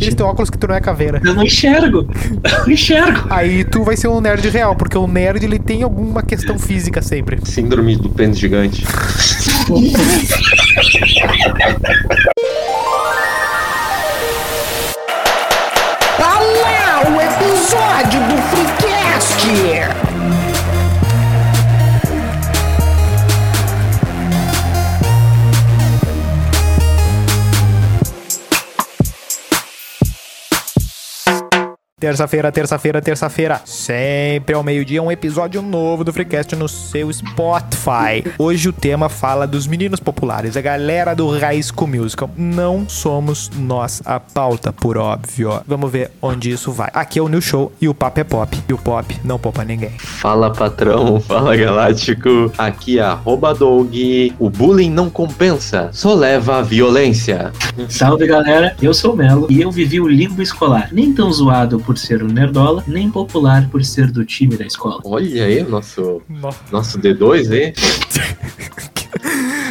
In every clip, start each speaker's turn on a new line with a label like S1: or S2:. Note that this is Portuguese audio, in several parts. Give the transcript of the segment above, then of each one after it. S1: Eles têm óculos que tu não é caveira.
S2: Eu não enxergo. Eu não enxergo.
S1: Aí tu vai ser um nerd real, porque o nerd ele tem alguma questão física sempre.
S3: Síndrome do pênis gigante.
S4: Tá lá o episódio do Freecast!
S1: Terça-feira, terça-feira, terça-feira. Sempre ao meio-dia, um episódio novo do Freecast no seu Spotify. Hoje o tema fala dos meninos populares, a galera do High School Musical. Não somos nós a pauta, por óbvio. Vamos ver onde isso vai. Aqui é o New Show e o papo é pop. E o pop não poupa ninguém.
S3: Fala patrão, fala galáctico. Aqui é arroba Doug. O bullying não compensa, só leva a violência.
S2: Salve galera, eu sou o Melo e eu vivi o limbo escolar. Nem tão zoado por ser um nerdola, nem popular por ser do time da escola.
S3: Olha aí, nosso,
S1: Nossa.
S3: nosso D2 aí.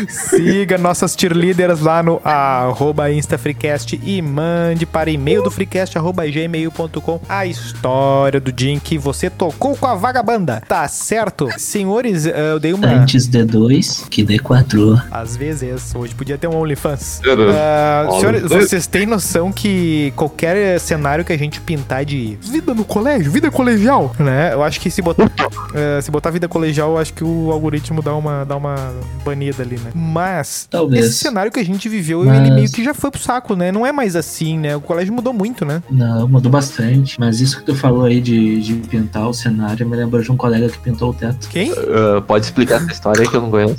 S1: Siga nossas cheerleaders lá no arroba InstaFreecast e mande para e-mail do freecast arroba gmail.com a história do dia em que você tocou com a vagabanda. Tá certo? Senhores, eh, eu dei uma.
S2: Antes D2 que D4.
S1: Às vezes, hoje podia ter um OnlyFans.
S3: Tcharam.
S1: Ah,
S3: Olha.
S1: senhores, vocês têm noção que qualquer cenário que a gente pintar de vida no colégio, vida colegial, né? Eu acho que se botar, eh, se botar vida colegial, eu acho que o algoritmo dá uma, dá uma banida ali, né? Mas
S2: Talvez.
S1: esse cenário que a gente viveu,
S2: Mas-
S1: ele meio que já foi pro saco, né? Não é mais assim, né? O colégio mudou muito, né?
S2: Não, mudou bastante. Mas isso que tu falou aí de, de pintar o cenário me lembrou de um colega que pintou o teto.
S1: Quem?
S3: Ah, pode explicar essa história aí que eu não conheço.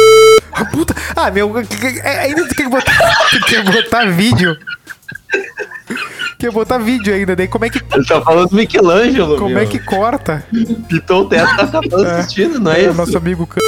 S1: Ah, puta! Ah, meu, é- ainda tu quer botar, tu quer botar vídeo. Quer botar vídeo ainda, daí como é que,
S3: Ele tá falando do Michelangelo,
S1: como
S3: meu.
S1: é que corta?
S3: pitou o teto tá acabando
S1: É.
S3: assistindo, não é
S1: É,
S3: isso?
S1: nosso amigo Cã-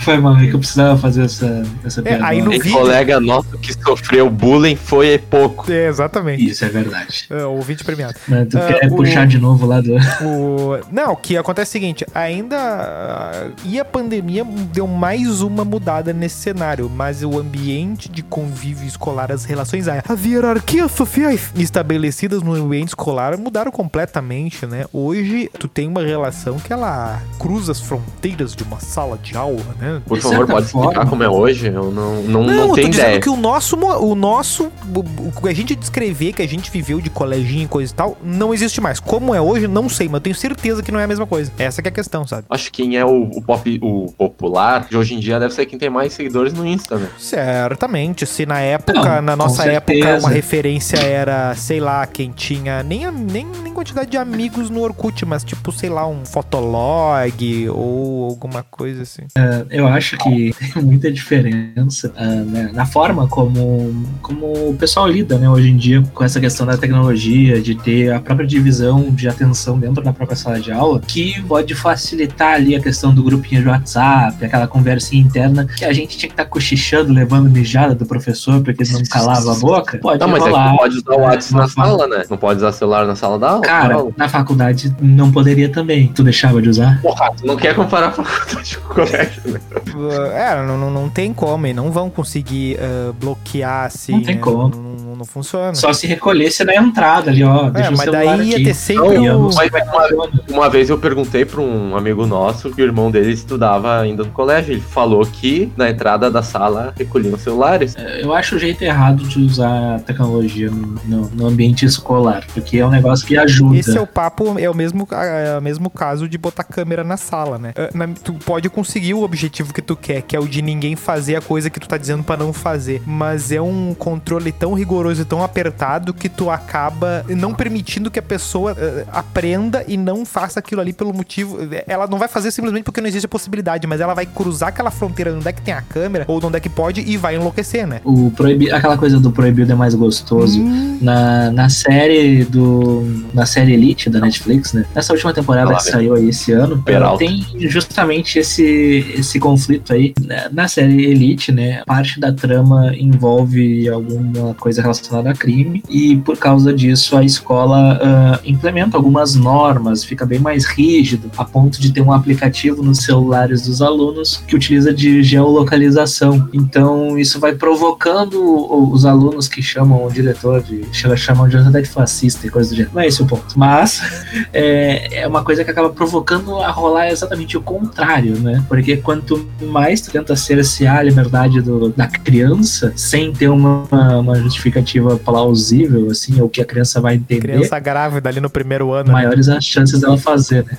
S2: Foi mal, é que eu precisava fazer essa, essa piada.
S1: É, aí no-
S3: Tem
S1: vídeo.
S3: colega nosso que sofreu bullying foi pouco.
S1: É, exatamente.
S2: Isso é verdade.
S1: É, ouvinte premiado.
S2: Mas tu
S1: Ah,
S2: quer
S1: o-
S2: puxar de novo lá do.
S1: O... Não, o que acontece é o seguinte: ainda. ah, E a pandemia deu mais uma mudada nesse cenário, mas o ambiente de convívio escolar, as relações, a a hierarquia sociais estabelecidas no ambiente escolar mudaram completamente, né? Hoje, tu tem uma relação que ela cruza as fronteiras de uma sala de aula, né?
S3: Por
S2: De
S3: favor,
S2: certa
S3: pode explicar
S2: forma-
S3: como é hoje? Eu não, não,
S1: Não,
S3: não
S1: eu tô
S3: tenho
S1: dizendo
S3: ideia.
S1: que o nosso, mo- o nosso, o o que a gente descrever, que a gente viveu de coleginho e coisa e tal, não existe mais. Como é hoje, não sei, mas eu tenho certeza que não é a mesma coisa. Essa que é a questão, sabe?
S3: Acho que quem é o, o pop, o popular de hoje em dia deve ser quem tem mais seguidores no Insta, né?
S1: Certamente, se na época,
S2: Não,
S1: na
S2: com
S1: nossa época,
S2: certeza.
S1: uma referência era, sei lá, quem tinha nem, a- nem, nem quantidade de amigos no Orkut, mas tipo, sei lá, um fotolog ou alguma coisa assim.
S2: Eu acho que tem muita diferença ah, né, na forma como, como o pessoal lida né, hoje em dia com essa questão da tecnologia, de ter a própria divisão de atenção dentro da própria sala de aula, que pode facilitar ali a questão do grupinho de WhatsApp, aquela conversinha interna que a gente tinha que estar cochichando, levando mijada do professor porque ele não calava a boca. Pode
S3: não, mas é que
S2: rolar.
S3: não pode usar o WhatsApp
S2: né,
S3: na
S2: uma forma-
S3: sala, né? Não pode usar celular na sala da aula.
S2: Cara,
S3: Não.
S2: na faculdade não poderia também. Tu deixava de usar?
S3: porra, tu não quer comparar a faculdade com o colégio, né?
S1: Uh, É, não, não, não tem como, e não vão conseguir uh, bloquear assim.
S2: Não tem
S1: né?
S2: como.
S1: Não, não- não funciona.
S2: Só se recolhesse na entrada ali, ó.
S1: é,
S2: deixa o
S1: mas
S2: celular
S1: daí ia
S2: aqui.
S1: ter sempre
S2: Não,
S1: o.
S2: Então, eu não sei.
S3: Mas uma, uma vez eu perguntei pra um amigo nosso que o irmão dele estudava ainda no colégio. Ele falou que na entrada da sala recolhiam celulares.
S2: Eu acho o jeito errado de usar a tecnologia no, no- no ambiente escolar, porque é um negócio que ajuda.
S1: Esse é o papo, é o mesmo, é o mesmo caso de botar câmera na sala, né? É, na- tu pode conseguir o objetivo que tu quer, que é o de ninguém fazer a coisa que tu tá dizendo pra não fazer. Mas é um controle tão rigoroso e tão apertado que tu acaba não permitindo que a pessoa é, aprenda e não faça aquilo ali pelo motivo. eh, Ela não vai fazer simplesmente porque não existe a possibilidade, mas ela vai cruzar aquela fronteira de onde é que tem a câmera ou de onde é que pode e vai enlouquecer, né?
S2: O proibi... Aquela coisa do proibido é mais gostoso.
S1: Hum.
S2: Na, na série do. Na série Elite da Netflix, né? Nessa última temporada
S3: Fala,
S2: que saiu aí esse ano,
S3: Peralta.
S2: tem justamente esse, esse conflito aí. Na- Na série Elite, né? Parte da trama envolve alguma coisa relacionada a crime, e por causa disso a escola ah, implementa algumas normas, fica bem mais rígido, a ponto de ter um aplicativo nos celulares dos alunos que utiliza de geolocalização. Então isso vai provocando o- os alunos que chamam o diretor de. chamam de ansiedade fascista e coisa do gênero. Não é esse o ponto. Mas é, é uma coisa que acaba provocando a rolar exatamente o contrário, né? Porque quanto mais tu tenta cercear a liberdade do- da criança sem ter uma, uma justificativa plausível, assim, ou que a criança vai entender,
S1: Criança grávida ali no primeiro ano. né?
S2: maiores as chances dela fazer, né?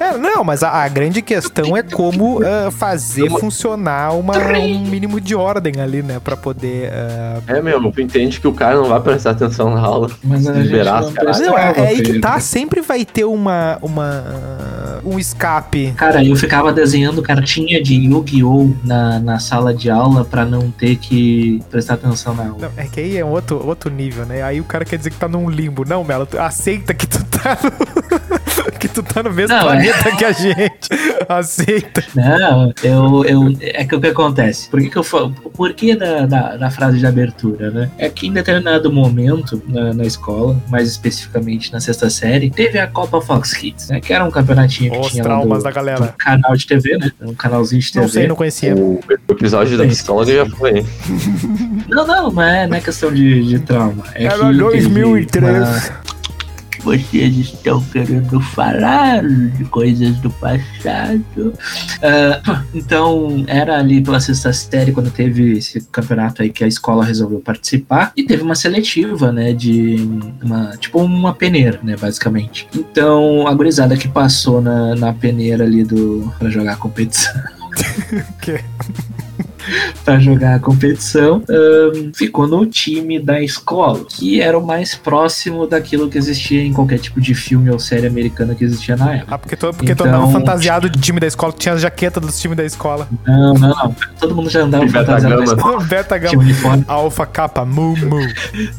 S1: É, não, mas a, a grande questão é como ah, fazer funcionar uma, um mínimo de ordem ali, né? Pra poder. ah,
S3: É mesmo, tu entende que o cara não vai prestar atenção na aula.
S2: Mas a gente
S3: Liberar
S2: não
S3: as caras.
S1: Ah, não, é,
S2: prestava,
S1: é aí que
S2: Pedro.
S1: tá, sempre vai ter uma. uma um escape.
S2: Cara, eu ficava desenhando cartinha de Yu-Gi-Oh! Na, na sala de aula pra não ter que prestar atenção na aula.
S1: Não, é que aí é outro, outro nível, né? Aí o cara quer dizer que tá num limbo. Não, Melo, tu- aceita que tu tá no. que tu tá no mesmo
S2: Não, é.
S1: planeta que a gente. Aceita.
S2: Não, eu, eu, é que o que acontece? Por que, que eu falo? Por que da, da, da frase de abertura, né? É que em determinado momento na, na escola, mais especificamente na sexta série, teve a Copa Fox Kids, né? Que era um campeonatinho que
S1: Os
S2: tinha lá
S1: traumas
S2: do,
S1: da
S2: do
S1: galera.
S2: canal de TV, né? Um canalzinho de TV.
S1: Não sei, não
S2: é
S1: conhecia.
S3: O episódio da
S2: Sim.
S3: pistola já foi. hein?
S2: Não, não, não é, não é questão de, de trauma. É
S1: Era
S2: que
S1: 2003.
S2: teve uma- Vocês estão querendo falar de coisas do passado. Ah, então, era ali pela sexta série quando teve esse campeonato aí que a escola resolveu participar. E teve uma seletiva, né? De uma. Tipo uma peneira, né? Basicamente. Então, a gurizada que passou na, na peneira ali do. pra jogar a competição pra jogar a competição, ahn, ficou no time da escola, que era o mais próximo daquilo que existia em qualquer tipo de filme ou série americana que existia na época.
S1: Ah, porque tu, porque tu
S2: Então-
S1: andava fantasiado de time da escola, tu tinha a jaqueta dos times da escola.
S2: Não, não, não. Todo mundo já andava
S3: Beta
S2: fantasiado da
S3: Gama.
S2: escola.
S1: Beta
S2: Tinha um
S1: Gama.
S2: uniforme.
S1: Alfa, capa, mu, mu.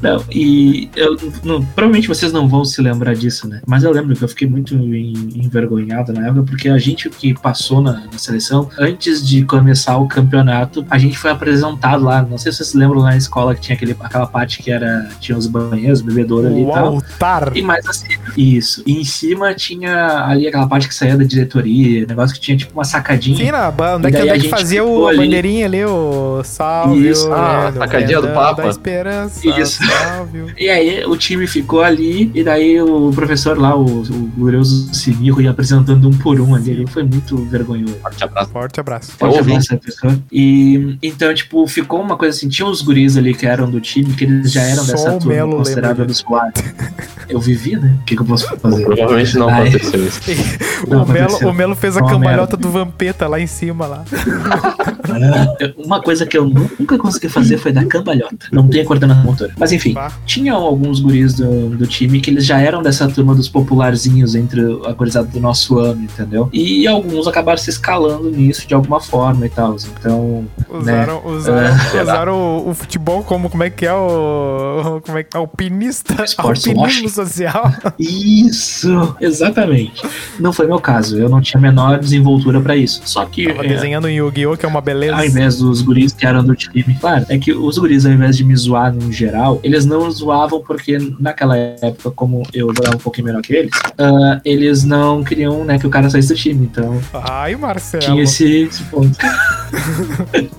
S2: Não, e eu, não, provavelmente vocês não vão se lembrar disso, né? Mas eu lembro que eu fiquei muito en- envergonhado na época, porque a gente que passou na, na seleção, antes de começar o campeonato, a gente foi apresentado lá. Não sei se vocês se lembram lá na escola que tinha aquele, aquela parte que era tinha os banheiros, bebedouro ali tá. e
S1: O
S2: tal.
S1: altar.
S2: E mais assim, isso. E em cima tinha ali aquela parte que saía da diretoria, negócio que tinha tipo uma sacadinha.
S1: Sim, na banda
S2: E
S1: que
S2: daí
S1: a
S2: a
S1: gente
S2: gente
S1: fazia
S2: ficou
S1: o a
S2: ali.
S1: bandeirinha ali, o salve,
S2: Isso.
S1: o
S3: Ah,
S1: né,
S3: sacadinha do
S1: da-
S3: Papa.
S1: Da esperança,
S2: Isso.
S1: salve. o-
S2: E aí o time ficou ali, e daí o professor lá, o, o glorioso Sinirro, ia apresentando um por um ali. Ele foi muito vergonhoso.
S3: Forte abraço.
S1: Forte abraço.
S3: Eu
S2: Forte
S3: ouvi.
S2: abraço, professor. E então, tipo, ficou uma coisa assim, tinha os guris ali que eram do time, que eles já eram
S1: Só o
S2: dessa
S1: Melo
S2: turma
S1: lembra
S2: considerada dos quatro. Eu vivi, né? O que, que eu posso fazer?
S3: Provavelmente não
S2: Ai.
S3: aconteceu isso.
S2: Não, é
S1: o, Melo,
S2: aconteceu.
S1: o Melo fez a
S2: Uma
S1: cambalhota do Vampeta lá em cima lá.
S2: Né? É. Uma coisa que eu nunca consegui fazer foi dar cambalhota. Não tem coordenação motora. Mas enfim,
S1: Bah.
S2: tinham alguns guris do, do time que eles já eram dessa turma dos popularzinhos entre a gurizada do nosso ano, entendeu? E alguns acabaram se escalando nisso de alguma forma e tal. Então,
S1: Usaram, usaram,
S2: É.
S1: usaram o, o futebol como como é que é o como é que é alpinista,
S2: Esporte
S1: alpinismo
S2: washing.
S1: social.
S2: isso! Exatamente. Não foi meu caso. Eu não tinha a menor desenvoltura pra isso. Só que.
S1: Tava
S2: é, né?
S1: desenhando em Yu-Gi-Oh que é uma beleza.
S2: Ao invés dos guris que eram do time. Claro, é que os guris, ao invés de me zoar no geral, eles não zoavam porque naquela época, como eu jogava um pouquinho melhor que eles, ah, eles não queriam né, que o cara saísse do time. Então,
S1: Ai, Marcelo.
S2: tinha esse, esse ponto. Ah,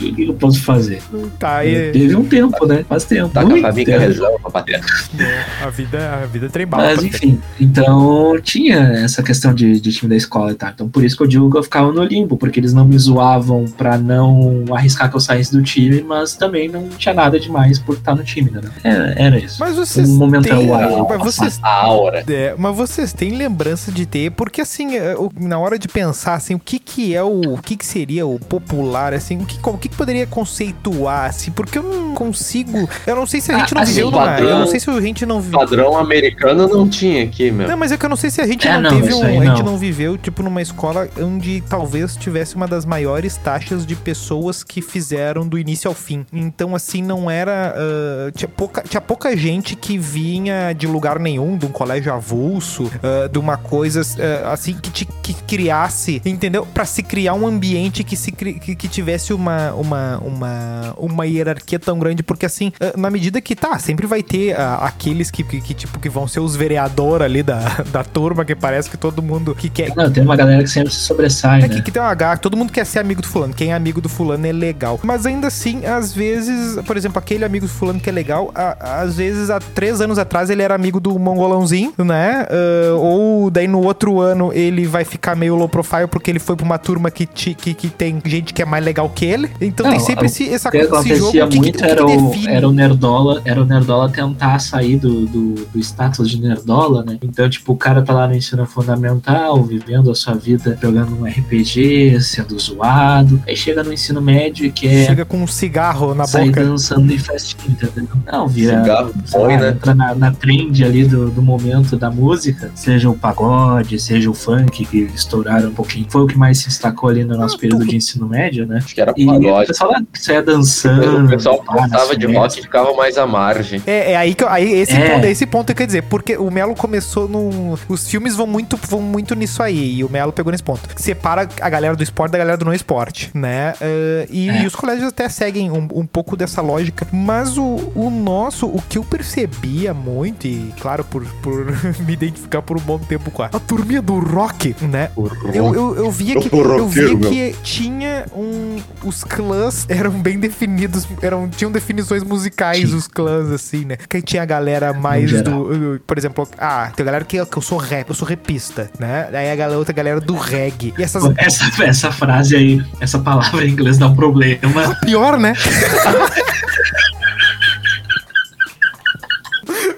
S2: o que eu posso fazer?
S1: Tá aí.
S2: Teve um tempo, né? Faz tempo.
S3: Tá com a
S2: muito
S3: família
S2: tempo.
S3: resolve pra bater.
S1: né, A vida, a vida é trembala.
S2: Mas enfim, então tinha essa questão de, de time da escola e tal. Então por isso que eu digo que eu ficava no limbo, porque eles não me zoavam pra não arriscar que eu saísse do time, mas também não tinha nada demais por estar no time, né? Era, era isso.
S1: Mas vocês
S2: Um momento
S1: têm,
S2: é o-
S1: mas vocês
S3: A aura.
S1: É, mas vocês têm lembrança de ter, porque assim, é, o- na hora de pensar assim, o que que é o, o que que seria o popular, assim, o que, o que que poderia conceituar, assim, porque eu não consigo, eu não sei se a gente
S2: Ah,
S1: não
S2: assim,
S1: viveu numa,
S3: padrão-
S1: eu não sei se a gente não viveu,
S3: Padrão americano não tinha aqui, meu.
S1: não, mas é que eu não sei se a gente
S2: É,
S1: não,
S2: não,
S1: teve
S2: isso
S1: um,
S2: aí
S1: a gente
S2: não.
S1: não viveu, tipo, numa escola onde talvez tivesse uma das maiores taxas de pessoas que fizeram do início ao fim. Então, assim, não era. ah, tinha, pouca, tinha pouca gente que vinha de lugar nenhum, de um colégio eh, avulso, ah, de uma coisa ah, assim que te que criasse, entendeu? Pra se criar um ambiente que se cri- que, que tivesse uma, uma, uma, uma hierarquia tão grande, porque assim, ah, na medida que tá, sempre vai ter ah, aqueles que, que, que, tipo que vão ser os vereadores ali da, da turma, que parece que todo mundo que quer,
S2: Não, tem uma galera que sempre se sobressai,
S1: é
S2: né?
S1: que, que tem uma garra, todo mundo quer ser amigo do fulano. Quem é amigo do fulano é legal. Mas ainda assim, às vezes, por exemplo, aquele amigo do fulano que é legal, a- às vezes há três anos atrás ele era amigo do mongolãozinho, né? Ah, ou daí no outro ano ele vai ficar meio low profile porque ele foi pra uma turma que, ti- que, que tem gente que é mais legal que ele. Então
S2: Não,
S1: tem sempre
S2: o
S1: esse, essa
S2: O que
S1: coisa, esse jogo.
S2: acontecia
S1: o que que-
S2: muito
S1: o que que
S2: era, o,
S1: define?
S2: era o Nerdola, era o Nerdola tentar sair do, do, do status de Nerdola, né? Então, tipo, o cara tá lá no ensino fundamental, vivendo a sua vida, jogando um RPG, sendo zoado. Aí chega no ensino médio é e quer
S1: Chega com um cigarro na
S2: sair
S1: boca.
S2: dançando em festinha, entendeu? Não, vira.
S3: Cigarro,
S2: sei lá,
S3: boy, né?
S2: Entra na, na trend ali do, do momento da música, seja o pagode, seja o funk, que estouraram um pouquinho. Foi o que mais se destacou ali no nosso
S1: Ah,
S2: período
S1: tu-
S2: de ensino médio, né?
S3: Acho que era
S2: E o
S3: pagode.
S2: pessoal lá que saia
S3: O
S2: dançando.
S3: pessoal
S2: pá, na
S3: gostava de
S2: festa.
S3: rock e ficava mais à margem.
S1: É, é aí que eu- aí esse
S2: É.
S1: ponto, esse ponto eu quero dizer, porque o Melo começou num, os filmes vão muito vão muito nisso aí e o Melo pegou nesse ponto. Separa a galera do esporte da galera do não esporte, né? Eh, e,
S2: É.
S1: e os colégios até seguem um, um pouco dessa lógica, mas o, o nosso, o que eu percebia muito e claro por, por me identificar por um bom tempo com a, a turminha do rock, né? Eu, eu, eu via
S3: Eu
S1: que,
S3: sou
S1: eu via
S3: roqueiro, meu.
S1: que tinha um. Os clãs eram bem definidos, eram, tinham definições musicais,
S2: Sim.
S1: os clãs, assim, né? Que tinha a galera mais
S2: geral.
S1: do. Por exemplo, ah, tem a galera que, que eu sou rap, eu sou repista, né? Aí a galera, outra galera do reggae. E essas.
S2: Essa, essa frase aí, essa palavra em inglês dá um problema.
S1: Pior, né?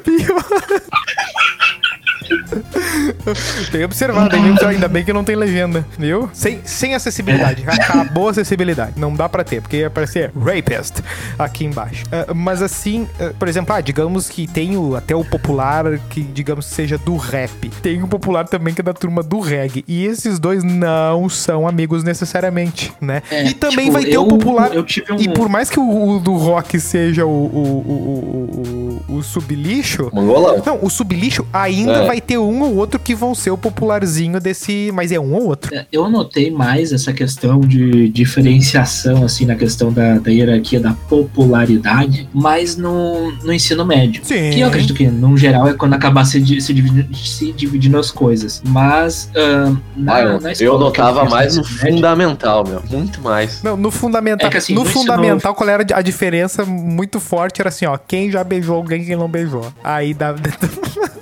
S1: Pior. Bem observado, hein? ainda bem que não tem legenda, viu? Sem, sem acessibilidade. Acabou a acessibilidade. Não dá pra ter, porque ia aparecer rapist aqui embaixo. Ah, mas assim, ah, por exemplo, ah, digamos que tem o, até o popular, que digamos que seja do rap. Tem o popular também que é da turma do reggae. E esses dois não são amigos necessariamente, né? e também
S2: Tipo,
S1: vai ter
S2: eu-
S1: o popular.
S2: Eu tive um.
S1: E por mais que o, o do rock seja o, o, o, o, o- o sublixo.
S3: Mongolão.
S1: Não, o sublixo ainda
S3: É.
S1: vai ter um ou outro que vão ser o popularzinho desse. Mas é um ou outro.
S2: Eu notei mais essa questão de diferenciação, assim, na questão da, da hierarquia da popularidade, mas no, no ensino médio.
S1: Sim.
S2: Que eu acredito que, no geral, é quando acabar se, di- se dividindo, se dividindo as coisas. Mas ah, na,
S3: Ah, eu,
S2: na escola
S3: eu
S2: que
S3: notava
S2: fiz
S3: mais no
S2: ensino médio,
S3: fundamental, meu. Muito mais.
S1: Não, no fundamental.
S2: É que assim,
S1: no
S2: no
S1: fundamental, qual era a diferença muito forte era assim, ó, quem já beijou alguém, quem não beijou. Aí dá,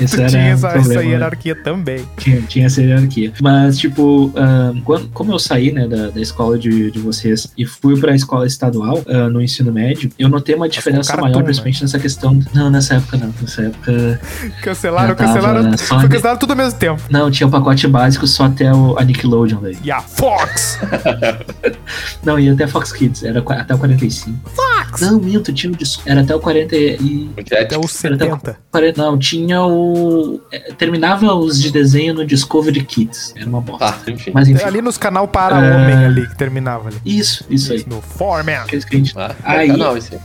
S2: Esse era
S1: tinha
S2: um
S1: essa, essa
S2: problema, né?
S1: hierarquia também.
S2: Tinha, tinha essa hierarquia. Mas, tipo, ahn, quando, como eu saí, né, da, da escola de, de vocês e fui pra escola estadual, ahn, no ensino médio, eu notei uma diferença
S1: cara
S2: maior,
S1: turma.
S2: principalmente nessa questão. Não, nessa época não. Nessa época.
S1: Cancelaram,
S2: já tava né?
S1: cancelaram.
S2: só-
S1: Foi cancelado tudo ao mesmo tempo.
S2: Não, tinha o pacote básico só até o, a Nickelodeon daí.
S1: E a Fox!
S2: Não, ia até Fox Kids, era qua- até o 45. Fox! Não, minto, tinha o disco. Era até o 40 e.
S3: Porque é
S1: Até os
S2: tá
S1: 70.
S2: 40 não, tinha o. é, Terminava os de desenho no Discovery Kids. Era uma bosta.
S3: Ah, enfim.
S2: Mas enfim.
S1: Ali nos canal para
S2: É.
S1: homem ali, que terminava ali.
S2: Isso, isso aí.
S1: No Foreman.
S2: Aqueles que a gente.
S3: Ah,
S2: Aí-
S3: é canal esse aí.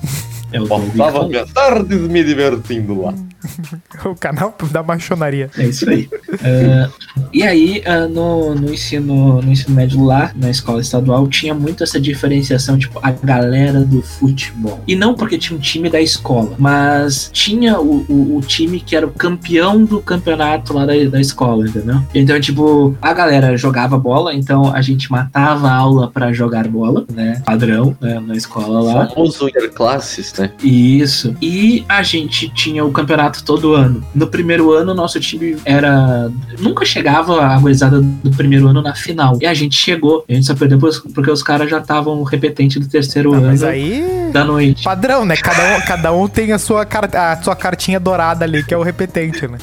S2: É o Doug
S3: Passava minhas tardes me divertindo lá.
S1: O canal da machonaria.
S2: É isso aí. Ah, e aí, ah, no, no, ensino, no ensino médio lá, na escola estadual, tinha muito essa diferenciação, tipo, a galera do futebol. E não porque tinha um time da escola, mas tinha o, o, o time que era o campeão do campeonato lá da, da escola, entendeu? Então, tipo, a galera jogava bola, então a gente matava a aula pra jogar bola, né? Padrão, né, na escola lá.
S3: Famoso interclasses, né?
S2: Isso. E a gente tinha o campeonato todo ano. No primeiro ano, o nosso time era. Nunca chegava a goizada do primeiro ano na final. E a gente chegou. A gente só perdeu pros- porque os caras já estavam repetente do terceiro
S1: Ah,
S2: ano
S1: mas aí.
S2: da noite.
S1: Padrão, né? Cada um, cada um tem a sua, car- a sua cartinha dourada ali, que é o repetente, né?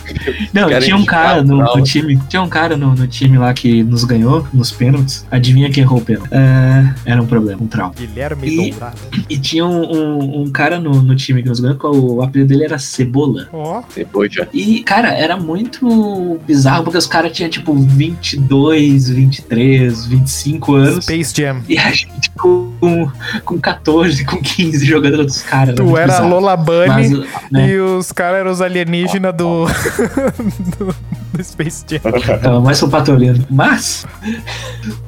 S2: Não,
S3: Querem
S2: tinha um cara
S3: indicar
S2: no,
S3: a
S2: no
S3: final.
S2: time. Tinha um cara no, no time lá que nos ganhou nos pênaltis. Adivinha quem errou o pênalti? É, era um problema, um trauma.
S1: Guilherme
S2: E-
S1: Dourado.
S2: E tinha um, um- um cara no, no time que nos ganhou, que o apelido dele era Cebola.
S1: Ó.
S3: Depois já.
S2: E, cara, era muito bizarro, porque os caras tinham, tipo, 22, 23, 25 anos.
S1: Space Jam.
S2: E a gente com, com 14, com 15 jogando contra os caras. né?
S1: Tu era a Lola Bunny
S2: Mas, né,
S1: e os caras eram os alienígenas do. do Space Jam.
S2: Tava É mais sapatolhando. Mas.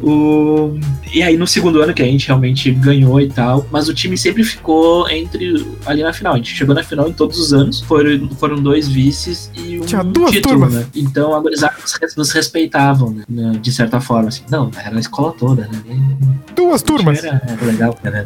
S2: o... E aí no segundo ano que a gente realmente ganhou e tal. Mas o time sempre ficou entre. ali na final. A gente chegou na final em todos os anos. Foram, foram dois vices e um
S1: Tinha duas
S2: título,
S1: turmas.
S2: né? Então a gurizada nos res- nos respeitavam, né? né? De certa forma. Assim. Não, era a escola toda, né?
S1: Duas turmas.
S2: Era era legal. Era,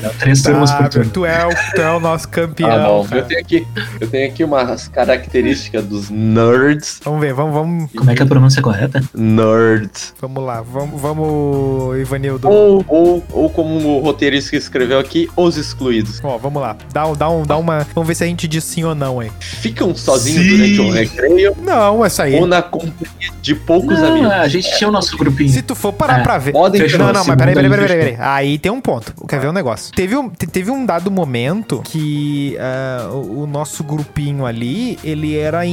S2: eram três turmas
S1: Ah,
S2: por turno.
S1: meu, tu, é o, tu é o nosso
S3: Ah,
S1: campeão.
S3: não.
S1: cara.
S3: Eu tenho aqui, eu tenho aqui umas características dos nerds.
S1: Vamos ver, vamos, vamos,
S2: Como é que é a pronúncia correta?
S3: Nerds.
S1: vamos lá. Vamos, vamos Ivanildo.
S3: Ou, ou, ou como o roteirista que escreveu aqui, os excluídos.
S1: Ó, vamos lá. Dá, um- dá, um, dá uma. Vamos ver se a gente diz sim ou não aí.
S3: Ficam sozinhos
S2: Sim.
S3: durante um recreio
S1: Não, essa aí.
S3: ou na companhia de poucos
S2: Não, é.
S3: amigos.
S2: Ah, a gente tinha o nosso grupinho.
S1: Se tu for parar
S2: É,
S1: pra ver.
S3: podem
S2: fechou.
S1: Não, não, mas peraí, peraí,
S2: Segunda
S1: peraí,
S2: aí,
S1: peraí, peraí. Aí tem um ponto. Quer ver um negócio? Teve um, te- teve um dado momento que ah, o, o nosso grupinho ali, ele era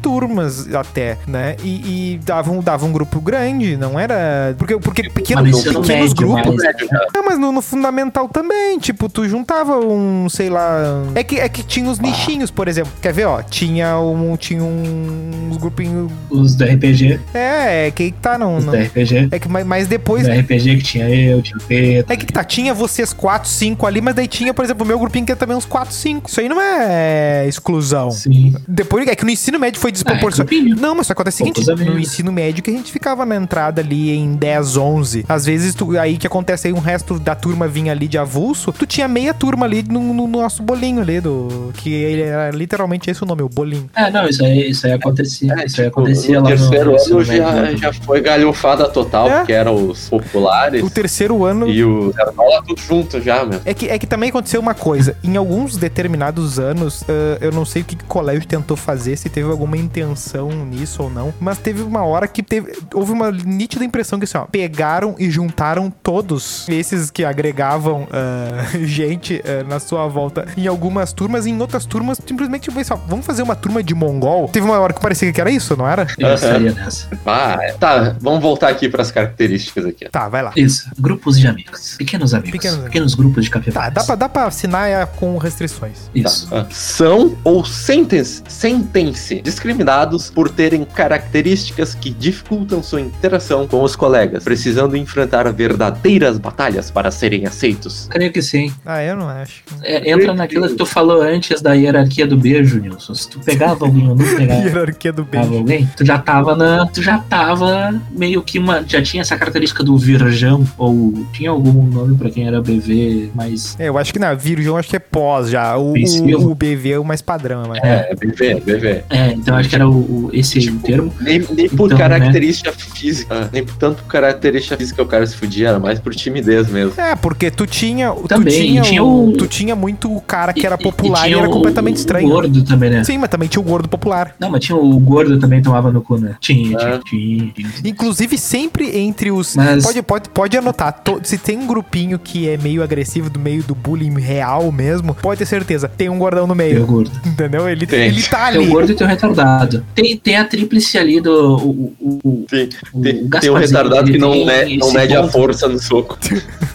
S1: interturmas até, né? E, e dava, um, dava um grupo grande, não era. Porque, porque pequeno,
S2: Mas isso é
S1: pequenos
S2: no médio, né?
S1: grupos.
S2: mas-
S1: Não, mas no, no fundamental também, tipo, tu juntava um, sei lá. É que, é que tinha os nichinhos, por exemplo. Quer ver, ó? Tinha um. Tinha um, uns grupinhos.
S2: Os do RPG,
S1: É, é que tá, não.
S2: os
S1: não.
S2: do RPG.
S1: É que, mas, mas depois.
S2: Do RPG que tinha eu, tinha o Pedro.
S1: É que tá, tinha vocês 4, 5 ali, mas daí tinha, por exemplo, o meu grupinho que é também uns 4, 5. Isso aí não é exclusão.
S2: Sim. Ah,
S1: Depois, é que no ensino médio foi
S2: Proporção.
S1: desproporcional. Não, mas só acontece o seguinte,
S2: Poucos amigos.
S1: no ensino médio que a gente ficava na entrada ali em 10, 11. Às vezes, tu, aí que acontece aí, um resto da turma vinha ali de avulso, tu tinha meia turma ali no, no nosso bolinho ali, do, que ele era literalmente esse o nome, o bolinho.
S2: Ah, não, isso aí, isso aí acontecia.
S3: É,
S2: isso aí
S3: tipo,
S2: acontecia
S3: no
S2: lá no
S3: terceiro
S2: ensino
S3: ano já,
S2: médio. né?
S3: já foi galhofada total,
S1: É.
S3: porque eram os populares
S1: O terceiro ano...
S3: e o Zernola tudo junto já, meu.
S1: É que, é que também aconteceu uma coisa. Em alguns determinados anos, ah, eu não sei o que, que o colégio tentou fazer, se teve alguma intenção nisso ou não, mas teve uma hora que teve, houve uma nítida impressão que assim, ó, pegaram e juntaram todos esses que agregavam ah, gente ah, na sua volta em algumas turmas e em outras turmas, simplesmente, tipo, assim, ó, vamos fazer uma turma de mongol? Teve uma hora que parecia que era isso, não era?
S2: Isso aí é nessa.
S3: Ah, é. tá, vamos voltar aqui pras características aqui.
S1: Tá, vai lá.
S2: Isso. Grupos de amigos. Pequenos amigos.
S1: Pequenos
S2: Pequenos,
S1: amigos.
S2: grupos de capivaras.
S1: Tá, dá pra, dá pra assinar é, com restrições.
S2: Isso.
S3: Tá. Ah. São ou sentem-se sentem-se discriminados por terem características que dificultam sua interação com os colegas, precisando enfrentar verdadeiras batalhas para serem aceitos.
S2: Creio que sim.
S1: Ah, eu não acho.
S2: É, entra naquilo que tu falou antes da hierarquia do beijo, Nilson. Se tu pegava alguém ou não pegava.
S1: Hierarquia do
S2: Tava
S1: beijo.
S2: alguém? Tu já tava na. Tu já tava meio que uma. Já tinha essa característica do virjão, ou tinha algum nome pra quem era BV, mas.
S1: É, eu acho que na Virgem, eu acho que é pós já. O,
S2: Venceu.
S1: o, o BV é o mais padrão, mas.
S3: É, BV, BV.
S2: É, então acho que era o, o- esse
S3: Tipo,
S2: termo.
S3: Nem, nem por
S2: Então,
S3: característica física, ah, nem por tanto por característica física o cara se fudia, era mais por timidez mesmo.
S1: É, porque tu tinha.
S2: Também,
S1: tu tinha,
S2: e tinha
S1: o,
S2: o-
S1: Tu tinha muito o cara que era
S2: E-
S1: popular e,
S2: tinha
S1: era
S2: o-
S1: completamente estranho.
S2: O gordo também, né?
S1: Sim, mas também tinha o gordo popular.
S2: Não, mas tinha o gordo também tomava no cu, né? Tinha,
S3: É.
S2: tinha, tinha, tinha.
S1: Inclusive, sempre entre os.
S2: Mas-
S1: Pode, pode, pode anotar. to- Se tem um grupinho que é meio agressivo do meio do bullying real mesmo, pode ter certeza. Tem um gordão no
S2: Tem o
S1: meio.
S2: gordo.
S1: Entendeu? Ele,
S3: Tem.
S1: ele tá
S2: Tem um o
S1: ali.
S2: gordo e tem o retardado. Tem, tem a tríplice ali do. O, o, o,
S3: Tem,
S2: o
S3: tem, tem um
S2: Gasparzinho,
S3: retardado
S2: ele
S3: que não,
S2: tem
S3: me- não
S2: esse
S3: mede a
S2: ponto.
S3: força no soco.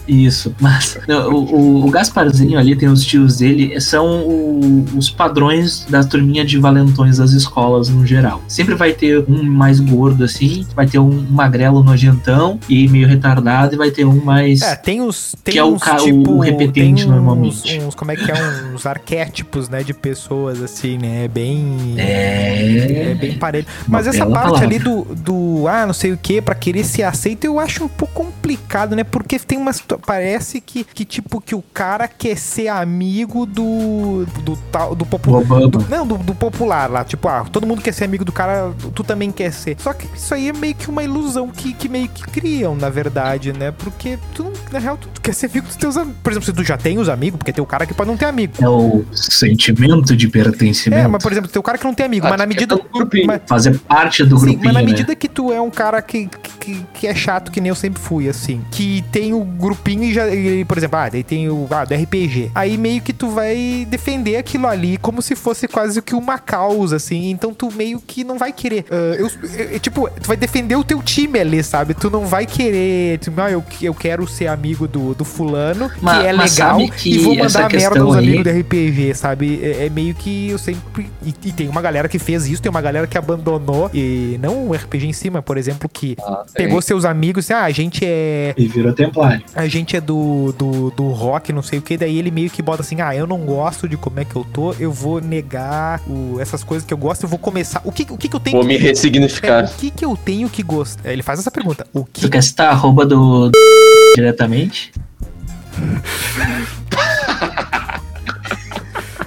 S2: Isso, mas não, o, o- o Gasparzinho ali tem os tios dele, são o- os padrões da turminha de valentões das escolas no geral. Sempre vai ter um mais gordo assim, vai ter um magrelo nojentão e meio retardado, e vai ter um mais.
S1: É, tem os. Tem
S2: Que é o
S1: uns,
S2: ca- o
S1: tipo,
S2: repetente,
S1: tem uns-
S2: normalmente.
S1: Uns, como é que é? Uns arquétipos, né? De pessoas, assim, né? Bem. É
S2: É.
S1: bem parelho.
S2: Uma
S1: Mas essa
S2: bela
S1: parte
S2: palavra.
S1: ali do, do ah, não sei o que, pra querer ser aceito, eu acho um pouco complicado, né? Porque tem uma situa- parece que, que tipo que o cara quer ser amigo do do tal do
S2: O
S1: popular.
S2: Obama.
S1: Não, do, do popular lá, tipo, ah, todo mundo quer ser amigo do cara, tu também quer ser. Só que isso aí é meio que uma ilusão que, que meio que criam, na verdade, né? Porque tu, não- na real, tu, tu quer ser amigo dos teus amigos. Por exemplo, se tu já tem os amigos, porque tem o cara que pode não ter amigo.
S2: É o sentimento de pertencimento.
S1: É, mas por exemplo, tem o cara que não tem amigo,
S3: Ah,
S1: mas na
S2: é
S3: tu quer
S1: medida.
S3: tá no grupinho.
S1: mas-
S2: Fazer parte do
S1: Sim,
S2: grupinho.
S1: mas na
S2: né?
S1: medida que tu é um cara que, que, que é chato, que nem eu sempre fui, assim, que tem o grupinho e já, e, por exemplo, ah, daí tem o ah, do RPG. Aí meio que tu vai defender aquilo ali como se fosse quase que uma causa, assim. Então tu meio que não vai querer. ah, eu, eu- tipo, tu vai defender o teu time ali, sabe? Tu não vai querer. Tipo, ah, eu, eu quero ser amigo do, do fulano,
S2: Ma-
S1: que é
S2: mas
S1: legal,
S2: sabe que
S1: e vou
S2: essa
S1: mandar merda
S2: questão
S1: aos
S2: aí-
S1: amigos do RPG, sabe? É, é meio que eu sempre. E, e tem uma galera que fez isso, tem uma galera que abandonou, e não o RPG em cima, por exemplo, que
S3: Ah,
S1: pegou seus amigos e ah, a gente é
S2: E virou templário.
S1: a gente é do, do, do rock, não sei o que, daí ele meio que bota assim, ah, eu não gosto de como é que eu tô, eu vou negar o- essas coisas que eu gosto, eu vou começar. O que, o que, que eu tenho
S3: Vou me
S1: que. É, o
S3: ressignificar.
S1: que, que eu tenho que gostar? Ele faz essa pergunta. O que.
S2: Tu quer citar a arroba do, do diretamente?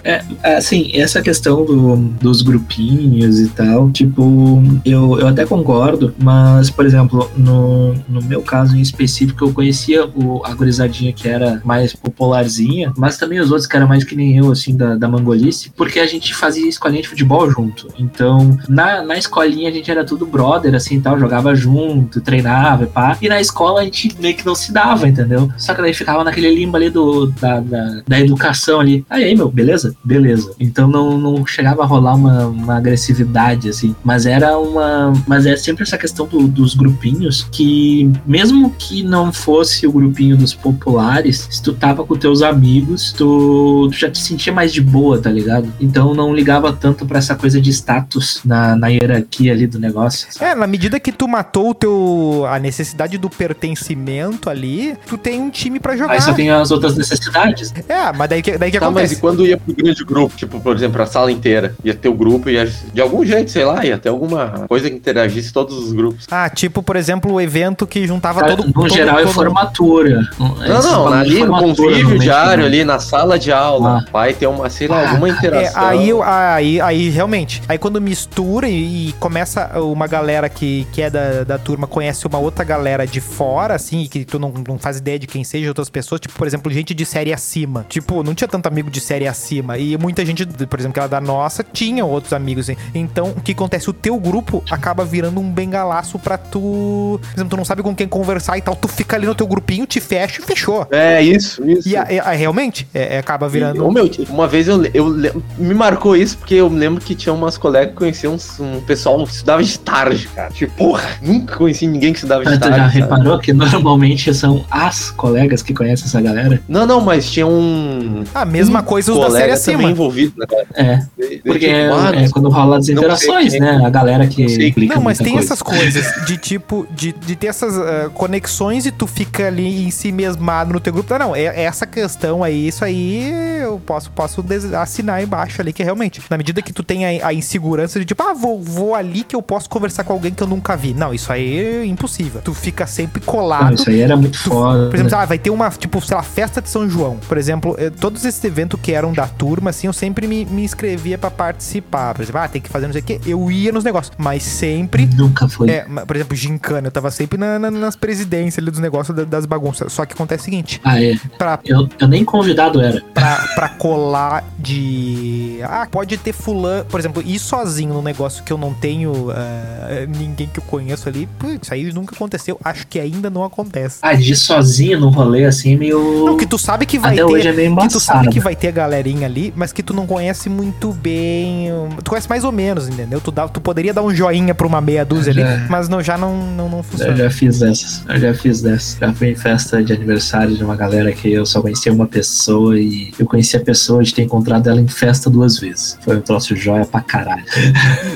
S2: É, assim, essa questão do- dos grupinhos e tal, tipo, eu, eu até concordo, mas, por exemplo, no, no meu caso em específico, eu conhecia o, a gurizadinha que era mais popularzinha, mas também os outros que eram mais que nem eu, assim, da, da mangolice, porque a gente fazia escolinha de futebol junto. Então, na, na escolinha a gente era tudo brother, assim, e tal, jogava junto, treinava e pá. E na escola a gente meio que não se dava, entendeu? Só que daí ficava naquele limbo ali do, da, da, da educação ali. Aí, aí, meu, beleza? Beleza. Então não, não chegava a rolar uma, uma agressividade, assim. Mas era uma. Mas é sempre essa questão do- dos grupinhos que, mesmo que não fosse o grupinho dos populares, se tu tava com teus amigos, tu, tu já te sentia mais de boa, tá ligado? Então não ligava tanto pra essa coisa de status na, na hierarquia ali do negócio. sabe?
S1: É, na medida que tu matou o teu. a necessidade do pertencimento ali, tu tem um time pra jogar.
S2: Aí só tem as outras necessidades. né?
S1: É, mas daí que, daí que
S3: Tá, mas
S1: acontece.
S3: e quando ia pro grande grupo? Tipo, por exemplo, a sala inteira. Ia ter o grupo, ia de algum jeito, sei lá, ia ter alguma coisa que interagisse todos os grupos.
S1: Ah, tipo, por exemplo, o evento que juntava
S2: Cara,
S1: todo
S2: no
S1: todo-
S2: geral é
S1: todo-
S2: formatura. é
S3: Não, não, ali no convívio
S2: né,
S3: diário, ali na sala de aula, vai ter uma, sei lá,
S2: Ah,
S3: alguma
S1: Ah. É,
S3: interação.
S1: aí, eu- aí, aí realmente. Aí quando mistura e, e começa uma galera que, que é da, da turma, conhece uma outra galera de fora, assim, e que tu não, não faz ideia de quem seja, outras pessoas, tipo, por exemplo, gente de série acima. Tipo, não tinha tanto amigo de série acima. E muita gente, por exemplo, que era da nossa, tinha outros amigos. hein? Então, o que acontece? O teu grupo acaba virando um bengalaço pra tu. Por exemplo, tu não sabe com quem conversar e tal. Tu fica ali no teu grupinho, te fecha e fechou.
S3: É, isso, isso.
S1: E a- a- a- realmente, é- é, acaba virando.
S3: Ô, meu, tipo, uma vez eu, le- eu le- me marcou isso porque eu lembro que tinha umas colegas que conheciam uns- um pessoal que estudava de tarde, cara. Tipo, porra, nunca conheci ninguém que estudava
S1: Ah,
S3: de
S2: Tu
S3: tarde.
S2: já
S3: sabe?
S2: reparou que normalmente são as colegas que conhecem essa galera?
S3: Não, não, mas tinha um
S1: A mesma
S3: um
S1: coisa os da série
S3: colega também
S1: acima.
S3: envolvido, né? cara?
S2: Hum. É,
S3: De- de-
S2: porque
S3: tipo, ah,
S2: é, quando rola as
S3: não sei
S2: interações,
S3: quem.
S2: né? A galera que
S3: Não sei quem.
S2: implica
S1: é. Não, mas
S2: muita
S1: tem
S2: coisa.
S1: essas coisas de tipo, de, de ter essas ah, conexões e tu fica ali em si mesmado no teu grupo. Não, não, é, é essa questão aí, isso aí eu posso, posso des- assinar embaixo ali, que realmente, na medida que tu tem a, a insegurança de tipo, ah, vou, vou ali que eu posso conversar com alguém que eu nunca vi. Não, isso aí é impossível. Tu fica sempre
S2: Não,
S1: colado.
S2: isso aí é era muito
S1: Tu-
S2: foda. né?
S1: Por exemplo, ah, vai ter uma, tipo, sei lá, festa de São João. Por exemplo, eh, todos esses eventos que eram da turma, assim, eu sempre me, me inscrevia pra participar. Por exemplo, ah, tem que fazer não sei o quê. Eu ia nos negócios, mas sempre
S2: Nunca foi.
S1: é, mas, por exemplo, gincana, eu tava sempre na- na- nas presidências ali dos negócios da- das bagunças. Só que acontece o seguinte,
S2: Ah, é.
S1: pra,
S2: Eu, eu nem convidado era.
S1: pra, pra colar de... Ah, pode ter fulano... Por exemplo, ir sozinho num negócio que eu não tenho ah, ninguém que eu conheço ali, putz, aí nunca aconteceu. Acho que ainda não acontece.
S2: Ah, de ir sozinho no rolê assim, meio.
S1: Não, que tu sabe que vai
S2: Até
S1: ter...
S2: hoje é meio
S1: Que tu sabe
S2: embaçado.
S1: que vai ter a galerinha ali, mas que tu não conhece muito bem. hum, Tu conhece mais ou menos, entendeu? Tu, dá, tu poderia dar um joinha pra uma meia dúzia ali,
S2: É.
S1: mas não, já não, não, não
S2: Eu
S1: funciona.
S2: já fiz dessas. Eu já fiz dessas. Já fui em festa de aniversário de uma galera que eu só conhecia uma pessoa e eu conheci a pessoa de ter encontrado ela em festa duas vezes. Foi um troço joia pra caralho.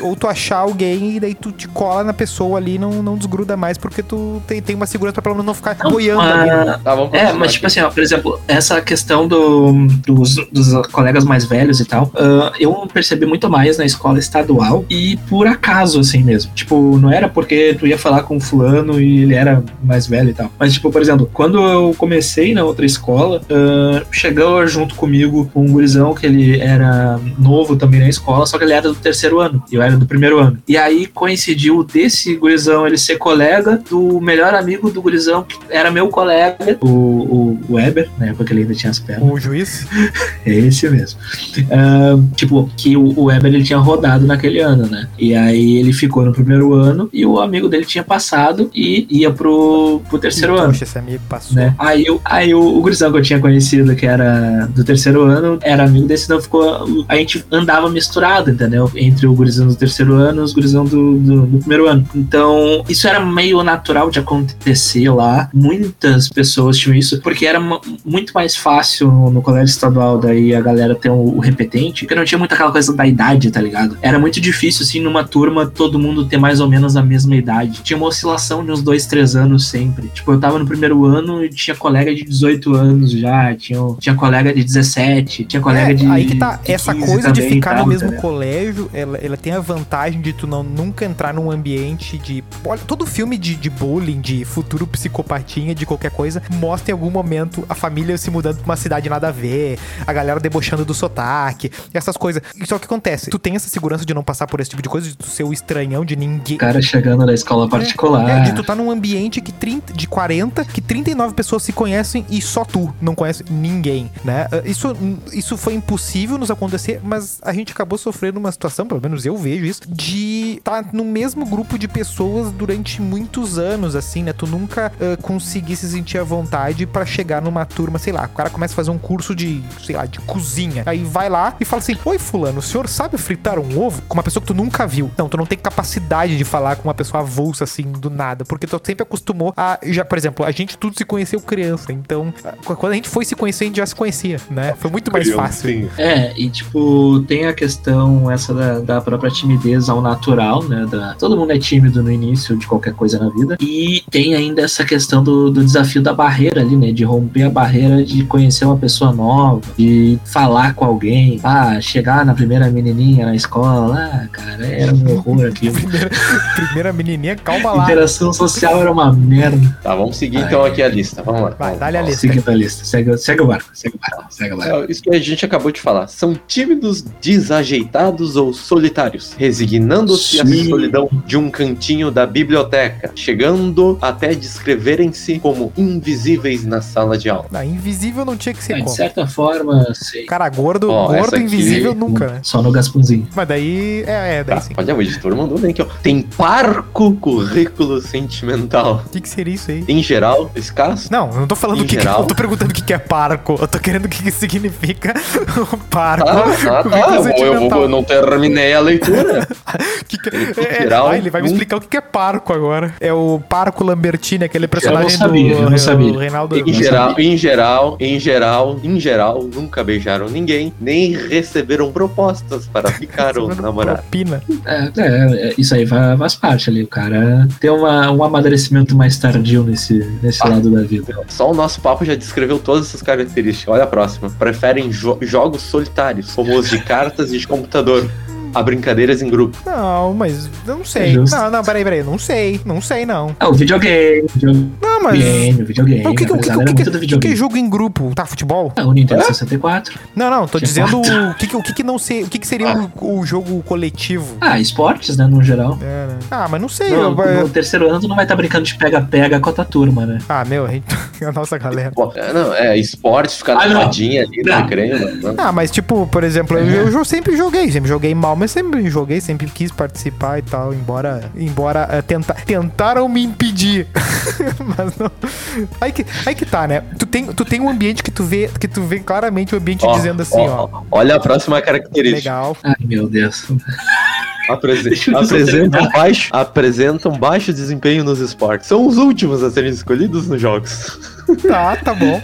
S1: ou tu achar alguém e daí tu te cola na pessoa ali e não, não desgruda mais porque tu tem, tem uma segurança pra pelo menos não ficar boiando ali.
S2: Ah,
S3: Tá, vamos
S2: É,
S3: continuar
S2: mas
S3: aqui.
S2: tipo assim, ó, por exemplo, essa questão do, dos, dos colegas mais velhos e tal, ah, eu percebi muito mais na escola estadual e por acaso, assim mesmo. Tipo, não era porque tu ia falar com fulano e ele era mais velho e tal. Mas, tipo, por exemplo, quando eu comecei na outra escola, ah, chegou junto comigo um gurizão que ele era novo também na escola, só que ele era do terceiro ano e eu era do primeiro ano. E aí coincidiu desse gurizão ele ser colega do melhor amigo do gurizão que era meu colega, o, o Weber, na época que ele ainda tinha as pernas.
S1: O juiz?
S2: É esse mesmo. ah, tipo, que o, o Weber ele tinha rodado naquele ano, né? E aí ele ficou no primeiro ano e o amigo dele tinha passado e ia pro, pro terceiro ano.
S1: Poxa, esse amigo passou.
S2: né? Aí, eu, aí o, o gurizão que eu tinha conhecido, que era do terceiro ano, era amigo desse, então ficou. A gente andava misturado, entendeu? Entre o gurizão do terceiro ano e os gurizão do, do, do primeiro ano. Então, isso era meio natural de acontecer lá. Muitas pessoas tinham isso, porque era mu- muito mais fácil no, no colégio estadual, daí a galera ter o, o repetente, porque não tinha muito aquela coisa da idade, tá ligado? Era muito difícil, assim, numa turma, todo mundo ter mais ou menos a mesma idade. Tinha uma oscilação de uns dois, três anos sempre. Tipo, eu tava no primeiro ano e tinha colega de 18 anos já, tinha, tinha colega de 17, tinha colega
S1: É,
S2: de.
S1: aí que tá,
S2: de
S1: essa
S2: 15
S1: coisa de
S2: também tá? É. e
S1: ficar
S2: tal,
S1: no mesmo
S2: entendeu?
S1: colégio, ela, ela tem a vantagem de tu não, nunca entrar num ambiente de. Olha, todo filme de, de bullying, de futuro psicopatinha, de qualquer coisa, mostra em algum momento a família se mudando pra uma cidade nada a ver, a galera debochando do sotaque, essas coisas. Só que acontece, tu tem essa segurança de não passar por esse tipo de coisa, de tu ser o estranhão de ninguém.
S2: O cara chegando da escola particular.
S1: É, de tu tá num ambiente que 30, de 40, que 39 pessoas se conhecem e só tu não conhece ninguém, né? Ah, Isso, isso foi impossível nos acontecer, mas a gente acabou sofrendo uma situação, pelo menos eu vejo isso, de tá no mesmo grupo de pessoas durante muitos anos, assim, né? Tu nunca ah, conseguir se sentir à vontade pra chegar numa turma, sei lá, o cara começa a fazer um curso de, sei lá, de cozinha. Aí vai lá e fala assim: Oi, fulano, o senhor sabe fritar um ovo? Com uma pessoa que tu nunca viu. Não, tu não tem capacidade de falar com uma pessoa avulsa assim do nada, porque tu sempre acostumou a. Já, por exemplo, a gente tudo se conheceu criança, então a- quando a gente foi se conhecer, a gente já se conhecia, né? Foi muito mais fácil.
S3: Sim.
S2: É, e tipo, tem a questão essa da, da própria timidez ao natural, né? da- todo mundo é tímido no início de qualquer coisa na vida. E tem ainda essa questão do, do desafio da barreira ali, né? De romper a barreira de conhecer uma pessoa nova, de falar com alguém. Ah, chegar na primeira menininha na escola, ah, cara, era um horror aquilo.
S1: Primeira, primeira menininha, calma lá.
S2: Interação social era uma merda.
S3: Tá, vamos seguir então aqui a lista. Vamos lá.
S1: Vai,
S3: Vamos,
S1: dá-lhe a
S3: vamos.
S1: Tá lista.
S2: Segue a lista, segue, segue o barco, segue o barco, segue o barco.
S3: É, Isso que a gente acabou de falar. São tímidos, desajeitados ou solitários, resignando-se à
S2: Sim.
S3: solidão de um cantinho da biblioteca, chegando até descreverem-se como invisíveis na sala de aula.
S1: Ah, invisível não tinha que ser
S2: Mas, Ah, de
S1: como.
S2: certa forma, sei.
S1: Cara, gordo,
S3: Ó,
S1: gordo
S3: essa aqui- é
S1: invisível nunca, né?
S2: Só no Gasponzinho.
S1: Mas daí. É, é, daí
S3: Tá,
S1: sim.
S3: olha, o editor mandou bem aqui, ó. Tem parco currículo sentimental.
S1: O que, que seria isso aí?
S3: Em geral, escasso.
S1: Não, eu não tô falando
S3: Em
S1: o que, que
S3: geral.
S1: eu tô perguntando o que, que é parco. Eu tô querendo o que, que significa o parco.
S3: Ah, ah, tá.
S1: currículo
S3: Eu, vou- eu,
S1: sentimental.
S3: vou- eu não terminei a leitura.
S1: Que que-
S3: Em
S1: é, é,
S3: geral,
S1: ah, ele vai me
S3: um-
S1: explicar o que, que é parco agora. É o Parco Lambertini, aquele personagem
S2: sabia,
S1: do
S2: eu não
S1: do
S2: sabia.
S1: Reinaldo.
S3: em geral, em geral, em geral, em geral, nunca beijaram ninguém, nem receberam propostas para ficar ou namorar.
S1: Propina.
S2: É, é, é, isso aí fa- faz parte ali. O cara tem uma, um amadurecimento mais tardio nesse, nesse
S3: Ah.
S2: lado da vida.
S3: Só o nosso papo já descreveu todas essas características. Olha a próxima. Preferem jo- jogos solitários, como os de cartas e de computador, a brincadeiras em grupo.
S1: Não, mas eu não sei.
S2: É Justo.
S1: Não, não, peraí, peraí. Não sei, não sei, não.
S2: Ah, o videogame, videogame,
S1: Não, mas.
S2: videogame.
S1: mas o que, que, o que,
S2: a
S1: o
S2: galera
S1: que,
S2: é
S1: que,
S2: muito do
S1: o que, que é
S2: videogame.
S1: jogo em grupo? Tá, futebol?
S2: Ah, o Nintendo 64.
S1: Não, não, tô
S2: Tinha
S1: dizendo o que, que- o que, que não sei. O que, que seria o, o jogo coletivo?
S2: Ah, esportes, né, no geral.
S1: É, né? Ah, mas não sei.
S2: No,
S1: eu- eu-
S2: no terceiro ano tu não vai estar brincando de pega-pega com a tua turma, né?
S1: Ah, meu, a, gente... a nossa galera.
S3: Bom, é, não, é esporte, ficar
S2: Ah,
S3: na
S2: não.
S3: rodinha ali,
S2: Não.
S3: na crema. Né?
S1: Ah, mas tipo, por exemplo, eu, eu jo- sempre joguei, sempre joguei mal, mas sempre joguei, sempre quis participar e tal, embora, embora eh, tenta- tentaram me impedir. mas não. Aí que, aí que tá, né? Tu tem, tu tem um ambiente que tu vê, que tu vê claramente o ambiente
S3: Ó,
S1: dizendo assim, ó,
S3: Olha a próxima característica.
S1: legal.
S2: Ai, meu Deus.
S3: Apresen-
S2: Deixa eu
S3: apresentam, baixo, apresentam baixo desempenho nos esportes. São os últimos a serem escolhidos nos jogos.
S1: Tá, tá bom.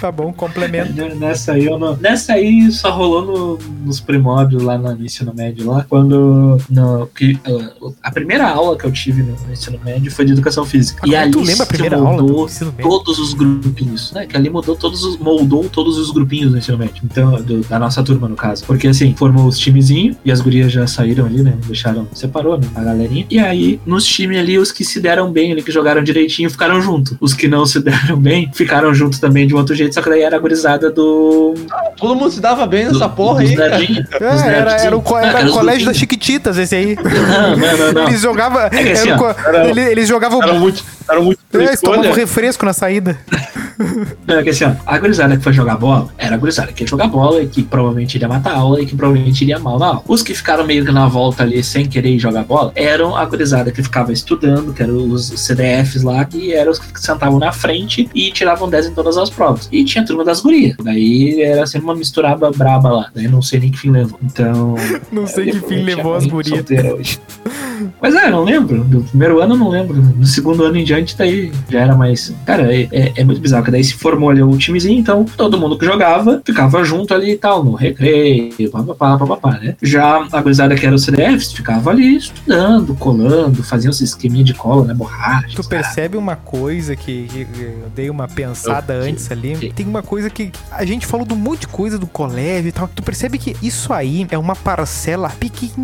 S1: Tá bom, complemento.
S2: Né, Nessa aí, eu não- nessa aí só rolou no- nos primórdios lá no ensino médio lá, quando no- que, uh, a primeira aula que eu tive no no ensino médio foi de educação física.
S1: Ah, como tu lembra a
S2: se
S1: primeira aula
S2: moldou
S1: do ensino médio?
S2: todos os grupinhos, né? Que ali mudou todos os, moldou todos os grupinhos do ensino médio. Então, do- da nossa turma, no caso. Porque assim, formou os timezinhos e as gurias já saíram ali, né? Deixaram, separou, né? A galerinha. E aí, nos times ali, os que se deram bem ali, que jogaram direitinho, ficaram junto. Os que não se deram bem, ficaram junto também de um outro jeito, só que daí era a gurizada do.
S3: Todo mundo se dava bem nessa
S2: do-
S3: porra
S2: dos
S3: aí, cara.
S2: nerdinhos.
S1: É,
S2: Os
S1: era,
S2: nerdzinhos.
S1: era o, co-
S2: Ah,
S1: era
S2: cara,
S1: o
S2: os
S1: colégio das
S2: grupinhos.
S1: Chiquititas, esse aí.
S2: Não, não, não, não.
S1: Eles jogavam.
S2: que
S1: era
S2: assim,
S1: o
S2: ó,
S1: co-
S3: era-
S1: ele- eles jogavam.
S3: Era muito, era muito
S1: Eles tomavam
S3: escolha.
S1: refresco na saída.
S2: Não, é que assim, ó, a gurizada que foi jogar bola, é, era a gurizada que ia jogar bola e que provavelmente iria matar a aula e que provavelmente iria mal na aula. Os que ficaram meio que na volta ali sem querer ir jogar bola eram a gurizada que ficava estudando, que eram os CDFs lá, que eram os que sentavam na frente e tiravam 10 em todas as provas. E tinha a turma das gurias. Daí era sempre uma misturada braba lá. Daí não sei nem que fim levou. Então.
S1: Não sei que fim levou as gurias.
S2: hoje. Mas é, não lembro. Do primeiro ano eu não lembro. No segundo ano em diante, daí já era mais. Cara, é, é- é muito bizarro. Que daí se formou ali o timezinho, então todo mundo que jogava ficava junto ali e tal, no recreio, papapá, papapá, né? Já a gurizada que era o CDFs ficava ali estudando, colando, fazia uns esqueminha de cola, né? Borracha.
S1: Tu percebe uma coisa que, que eu dei uma pensada
S2: Eu-
S1: antes ali.
S2: que-
S1: Tem uma coisa que a gente falou de um monte de coisa do colégio e tal. Tu percebe que isso aí é uma parcela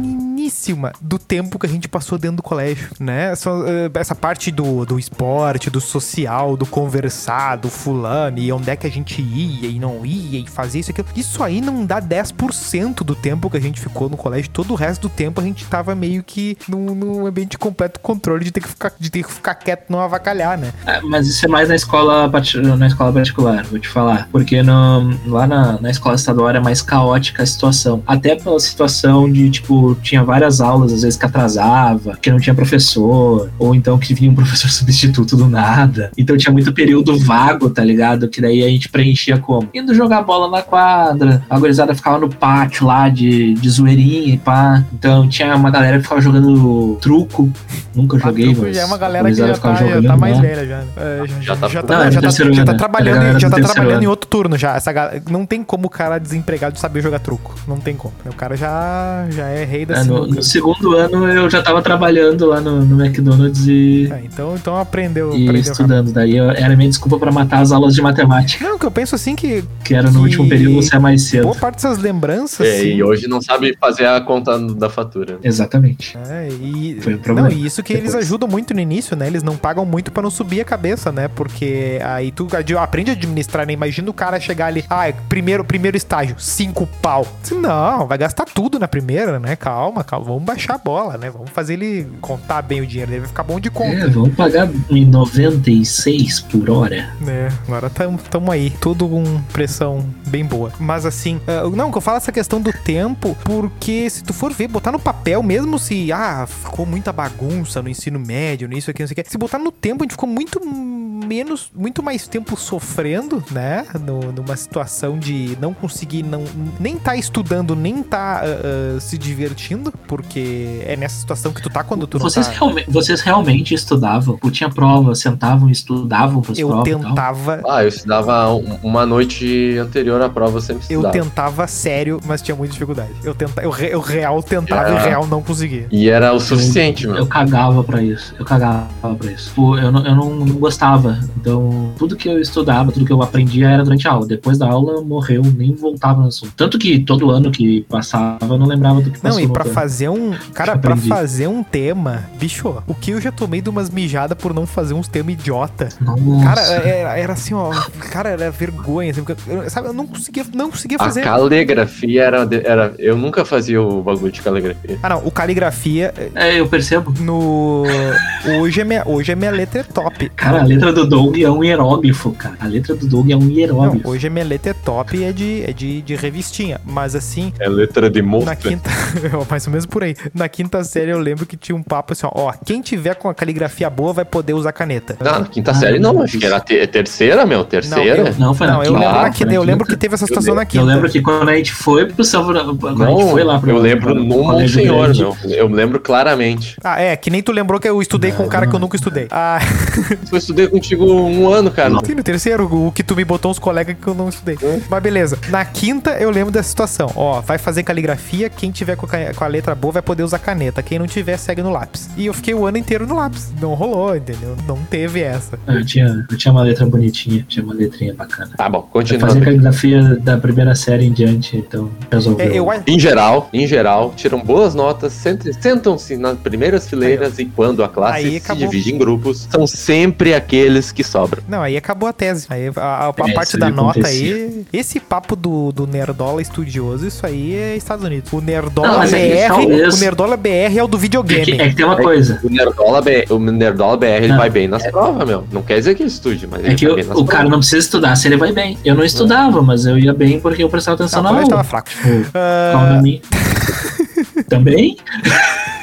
S1: pequeniníssima do tempo que a gente passou dentro do colégio, né? Só, eh, Essa parte do, do esporte, do social, do conversar, do fulano e onde é que a gente ia e não ia e fazia isso e aquilo. Isso aí não dá 10% do tempo que a gente ficou no colégio. Todo o resto do tempo a gente tava meio que num, num ambiente de completo controle de ter que ficar, de ter que ficar quieto, não avacalhar, né?
S2: Ah, mas isso é mais na escola, parti- na escola particular, vou te falar. Porque no- lá na, na escola estadual era mais caótica a situação. Até pela situação de, tipo, tinha várias aulas, às vezes, que atrasava, que não tinha professor, ou então que vinha um professor substituto do nada. Então tinha muito período vago, tá ligado? Que daí a gente preenchia como? Indo jogar bola na quadra, a gurizada ficava no pátio lá de, de zoeirinha e pá. Então tinha uma galera que ficava jogando truco. Nunca joguei,
S1: Patrulha
S2: mas
S1: é uma
S2: a
S1: galera que
S2: gurizada
S1: já
S2: ficava
S1: tá, já
S2: jogando
S1: tá mais
S2: lá.
S1: velha já. né? É, já, já,
S3: Já tá-
S1: já
S2: Não,
S1: tá,
S2: era
S1: já tá,
S2: terceiro
S1: já tá
S2: ano, É
S1: trabalhando,
S2: era
S1: em- já tá
S2: terceiro
S1: trabalhando
S2: ano.
S1: em outro turno já. Essa gal- não tem como o cara desempregado saber jogar truco. Não tem como. O cara já, já é rei da
S2: É, no,
S1: sinuca.
S2: no segundo ano eu já tava trabalhando lá no, no McDonald's e,
S1: É, então, então aprendeu,
S2: e
S1: aprendeu rápido.
S2: estudando. Daí eu- era minha desculpa pra matar as aulas de matemática,
S1: Não, que eu penso assim que
S2: que era
S1: Que-
S2: no último período você é mais cedo.
S1: boa parte dessas lembranças.
S3: É,
S1: assim,
S3: e hoje não sabe fazer a conta da fatura.
S2: Exatamente.
S1: É, e,
S2: Foi o
S1: não,
S2: problema.
S1: e isso que eles
S2: Depois.
S1: ajudam muito no início, né? Eles não pagam muito pra não subir a cabeça, né? Porque aí tu ad- aprende a administrar, né? Imagina o cara chegar ali, ah, é primeiro, primeiro estágio, cinco pau. Não, vai gastar tudo na primeira, né? Calma, calma, vamos baixar a bola, né? Vamos fazer ele contar bem o dinheiro, ele vai ficar bom de conta.
S2: É, vamos pagar em 96 por hora.
S1: É, agora estamos aí. Tudo com pressão bem boa. Mas assim, ah, não, que eu falo essa questão do tempo, porque se tu for ver, botar no papel, mesmo se, ah, ficou muita bagunça no ensino médio, nisso aqui, não sei o que, se botar no tempo, a gente ficou muito menos, muito mais tempo sofrendo, né? No- numa situação de não conseguir, não, nem tá estudando, nem tá ah, ah, se divertindo, porque é nessa situação que tu tá quando tu não
S2: Vocês,
S1: tá.
S2: realme- vocês realmente estudavam? Ou tinha prova, sentavam, estudavam pras
S1: Eu
S2: provas e tal?
S1: tentava
S3: Ah, eu estudava um- uma noite anterior à prova, eu sempre
S1: Eu
S3: estudava.
S1: tentava sério, mas tinha muita dificuldade. Eu, tenta, eu, re- eu real tentava e
S3: Ah.
S1: real não conseguia.
S3: E era o suficiente,
S2: Eu
S3: mano.
S2: cagava pra isso. Eu cagava pra isso. Tipo, eu não, eu não, não gostava. Então, tudo que eu estudava, tudo que eu aprendia era durante a aula. Depois da aula, morreu, nem voltava no assunto. Tanto que todo ano que passava, eu não lembrava do que
S1: Não,
S2: passou.
S1: e
S2: no
S1: pra
S2: ano.
S1: fazer um. Cara, pra
S2: Aprendi.
S1: fazer um tema. Bicho, o que eu já tomei de umas mijadas por não fazer uns temas idiota.
S2: Nossa.
S1: Cara, era, era assim, ó. Cara, era vergonha. Assim, porque eu, sabe, eu não conseguia, não conseguia
S3: A
S1: fazer.
S3: caligrafia era, de- era. Eu nunca fazia o bagulho de caligrafia.
S1: Ah, não. O caligrafia. eh,
S2: É, eu percebo.
S1: No. Hoje a minha, hoje a minha letra é top.
S2: Cara, a letra do Doug é um hieróglifo, cara. A letra do Doug é um
S1: Não,
S2: hieróglifo.
S1: hoje a minha letra é top e é de, é de, de revistinha. Mas assim,
S3: É letra de
S1: Na quinta, mais ou menos por aí. Na quinta série eu lembro que tinha um papo assim, ó, ó, quem tiver com a caligrafia boa vai poder usar caneta.
S3: Não, na quinta
S2: Ah,
S3: série
S2: não,
S3: não,
S2: não
S3: acho que era te- terceira, meu, terceira.
S1: eu-
S2: Não, foi
S1: Não,
S2: na
S1: eu
S2: quinta.
S1: lembro,
S3: Ah,
S1: na
S2: foi
S1: quinta,
S2: na
S1: eu lembro que
S2: quinta.
S1: teve essa situação na
S2: Eu
S1: quinta.
S2: lembro que quando a gente foi pro Salvador. Quando a gente
S3: Não,
S2: foi lá pro
S3: eu lembro
S2: pro
S3: no
S2: colégio
S3: Monsenhor,
S2: grande,
S3: meu. Eu me lembro claramente.
S1: Ah, é, que nem tu lembrou que eu estudei com um cara que eu nunca estudei. Ah,
S3: Eu estudei contigo um ano, cara.
S1: sim, no terceiro, o que tu me botou uns colegas que eu não estudei. Mas beleza. Na quinta eu lembro dessa situação. Ó, vai fazer caligrafia, quem tiver com a, ca- com a letra boa vai poder usar caneta. Quem não tiver, segue no lápis. E eu fiquei o ano inteiro no lápis. Não rolou, entendeu? Não teve essa.
S2: Eu tinha, eu tinha uma letra bonitinha, tinha uma letrinha bacana.
S3: Tá bom,
S2: Eu
S3: continuando.
S2: fazia caligrafia da primeira série em diante, então resolveu.
S1: É, eu, a-
S3: Em geral, em geral, tiram boas notas, sent- sentam-se nas primeiras fileiras e quando a classe
S1: Aí
S3: se
S1: acabou.
S3: divide em grupos, são sempre aqueles coisas que sobram.
S1: Não, aí acabou a tese. Aí a, a- a
S2: isso
S1: parte
S2: aí
S1: da nota
S2: acontecia.
S1: aí. Esse papo do, do Nerdola estudioso, isso aí é Estados Unidos. O
S2: Não,
S1: Nerdola
S2: mas é aí
S1: BR.
S2: talvez-
S1: O Nerdola BR é o do
S2: É que,
S1: videogame.
S2: é que tem uma coisa.
S3: O Nerdola BR, o Nerdola BR ele
S2: Não.
S3: vai bem nas provas, meu. Não quer dizer que ele estude, mas
S2: É
S3: ele
S2: que
S3: vai bem nas
S2: o, o cara não precisa estudar se ele vai bem. Eu não estudava, mas eu ia bem porque eu prestava atenção
S1: Não,
S2: na
S1: o colégio
S2: aula.
S1: Ah, tava fraco.
S2: Tipo,
S1: Ah,
S2: calma em mim. Também?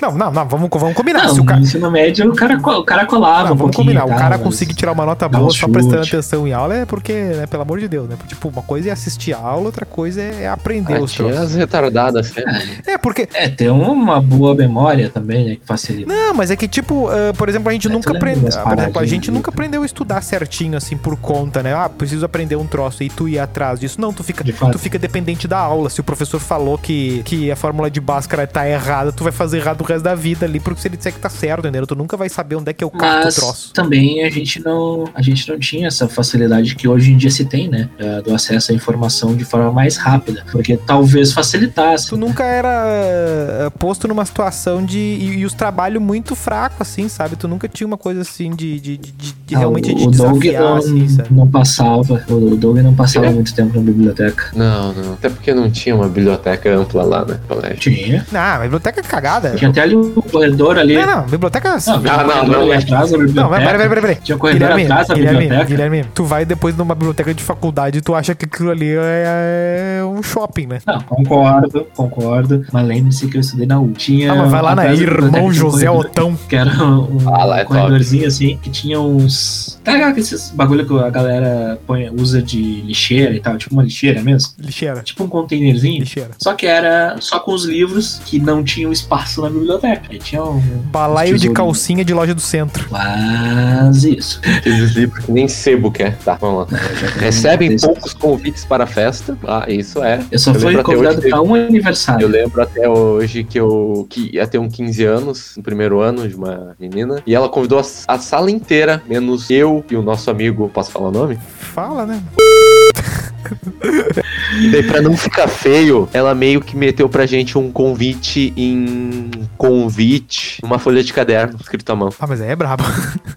S1: não, não, não, vamos, vamos combinar.
S2: Não,
S1: Se o
S2: no
S1: cara,
S2: ensino médio o cara, co- o cara colava
S1: não,
S2: um
S1: vamos
S2: pouquinho.
S1: combinar.
S2: e
S1: O
S2: tal,
S1: cara
S2: mas-
S1: conseguir tirar uma nota
S2: dá
S1: boa
S2: um
S1: só prestando
S2: chute.
S1: atenção em aula é porque, né, pelo amor de Deus, né? Tipo, uma coisa é assistir a aula, outra coisa é aprender
S3: provas. Ah,
S1: os
S3: tinha
S1: troços.
S3: as retardadas, né?
S1: É, porque
S2: É, ter uma boa memória também, né? Que facilita.
S1: Não, mas é que, tipo, ah, por exemplo, a gente
S2: É,
S1: nunca
S2: tu lembra
S1: aprendeu.
S2: das
S1: Por exemplo, a
S2: paradinhas
S1: gente
S2: ali,
S1: nunca
S2: tá?
S1: aprendeu a estudar certinho, assim, por conta, né? Ah, preciso aprender um troço e tu ir atrás disso. Não, tu fica,
S2: De fato.
S1: tu fica dependente da aula. Se o professor falou que, que a fórmula de Bhaskara tá errada, tu vai fazer errado o resto da vida ali, porque se ele disser que tá certo, entendeu? Tu nunca vai saber onde é que eu cato o
S2: Mas
S1: troço.
S2: também a gente não a gente não tinha essa facilidade que hoje em dia se tem, né? eh, Do acesso à informação de forma mais rápida. Porque talvez facilitasse.
S1: Tu nunca era ah, posto numa situação de. E, e os trabalhos muito fracos, assim, sabe? Tu nunca tinha uma coisa assim de, de, de, de- de
S2: Ah,
S1: realmente
S2: o,
S1: de
S2: o Doug é um
S1: desafiar,
S2: não,
S1: assim, sabe?
S2: não passava. O Doug não passava muito tempo na biblioteca.
S3: Não, não. Até porque não tinha uma biblioteca ampla lá, né? Colégio.
S2: Tinha.
S1: Ah, a biblioteca é cagada.
S2: Tinha até ali o corredor ali. Ah,
S1: Não, não, biblioteca.
S3: Ah, não, não,
S2: corredor
S3: não. é.
S2: ali atrás
S1: Não,
S2: da
S1: mas
S2: biblioteca.
S1: peraí, peraí, peraí. peraí.
S2: Tinha um corredor atrás da
S1: Guilherme,
S2: biblioteca.
S1: Guilherme, tu vai depois numa biblioteca de faculdade e tu acha que aquilo ali é é um shopping, né?
S2: Não, concordo, concordo. Mas lembre-se que eu estudei na U. Tinha
S1: Ah, mas vai lá na
S2: atrás da biblioteca
S1: Irmão
S2: tinha um
S1: José
S2: corredor-
S1: Otão.
S2: Que era um
S3: Ah, lá é top.
S2: corredorzinho assim, que tinha uns. Tá ligado que esses bagulho que a galera põe, usa de lixeira e tal, tipo uma lixeira mesmo?
S1: Lixeira,
S2: Tipo um containerzinho.
S1: lixeira.
S2: Só que era só com os livros que não tinham espaço na biblioteca. Aí tinha um.
S1: Balaio de
S2: tesourinhos.
S1: calcinha de loja do centro.
S2: Quase isso.
S3: Aqueles livros que nem sebo quer. Tá, vamos lá. Recebem poucos convites para a festa. Ah, isso é.
S2: Eu só
S3: Eu
S2: fui
S3: lembro até
S2: convidado
S3: hoje que-
S2: pra um
S3: Eu
S2: aniversário.
S3: lembro até hoje que eu que ia ter um 15 anos, no primeiro ano de uma menina, e ela convidou a, a sala inteira, menos eu e o nosso amigo, posso falar o nome?
S1: Fala, né?
S3: E daí, pra não ficar feio, ela meio que meteu pra gente um convite em convite, uma folha de caderno escrito à mão.
S1: Ah, mas aí é brabo.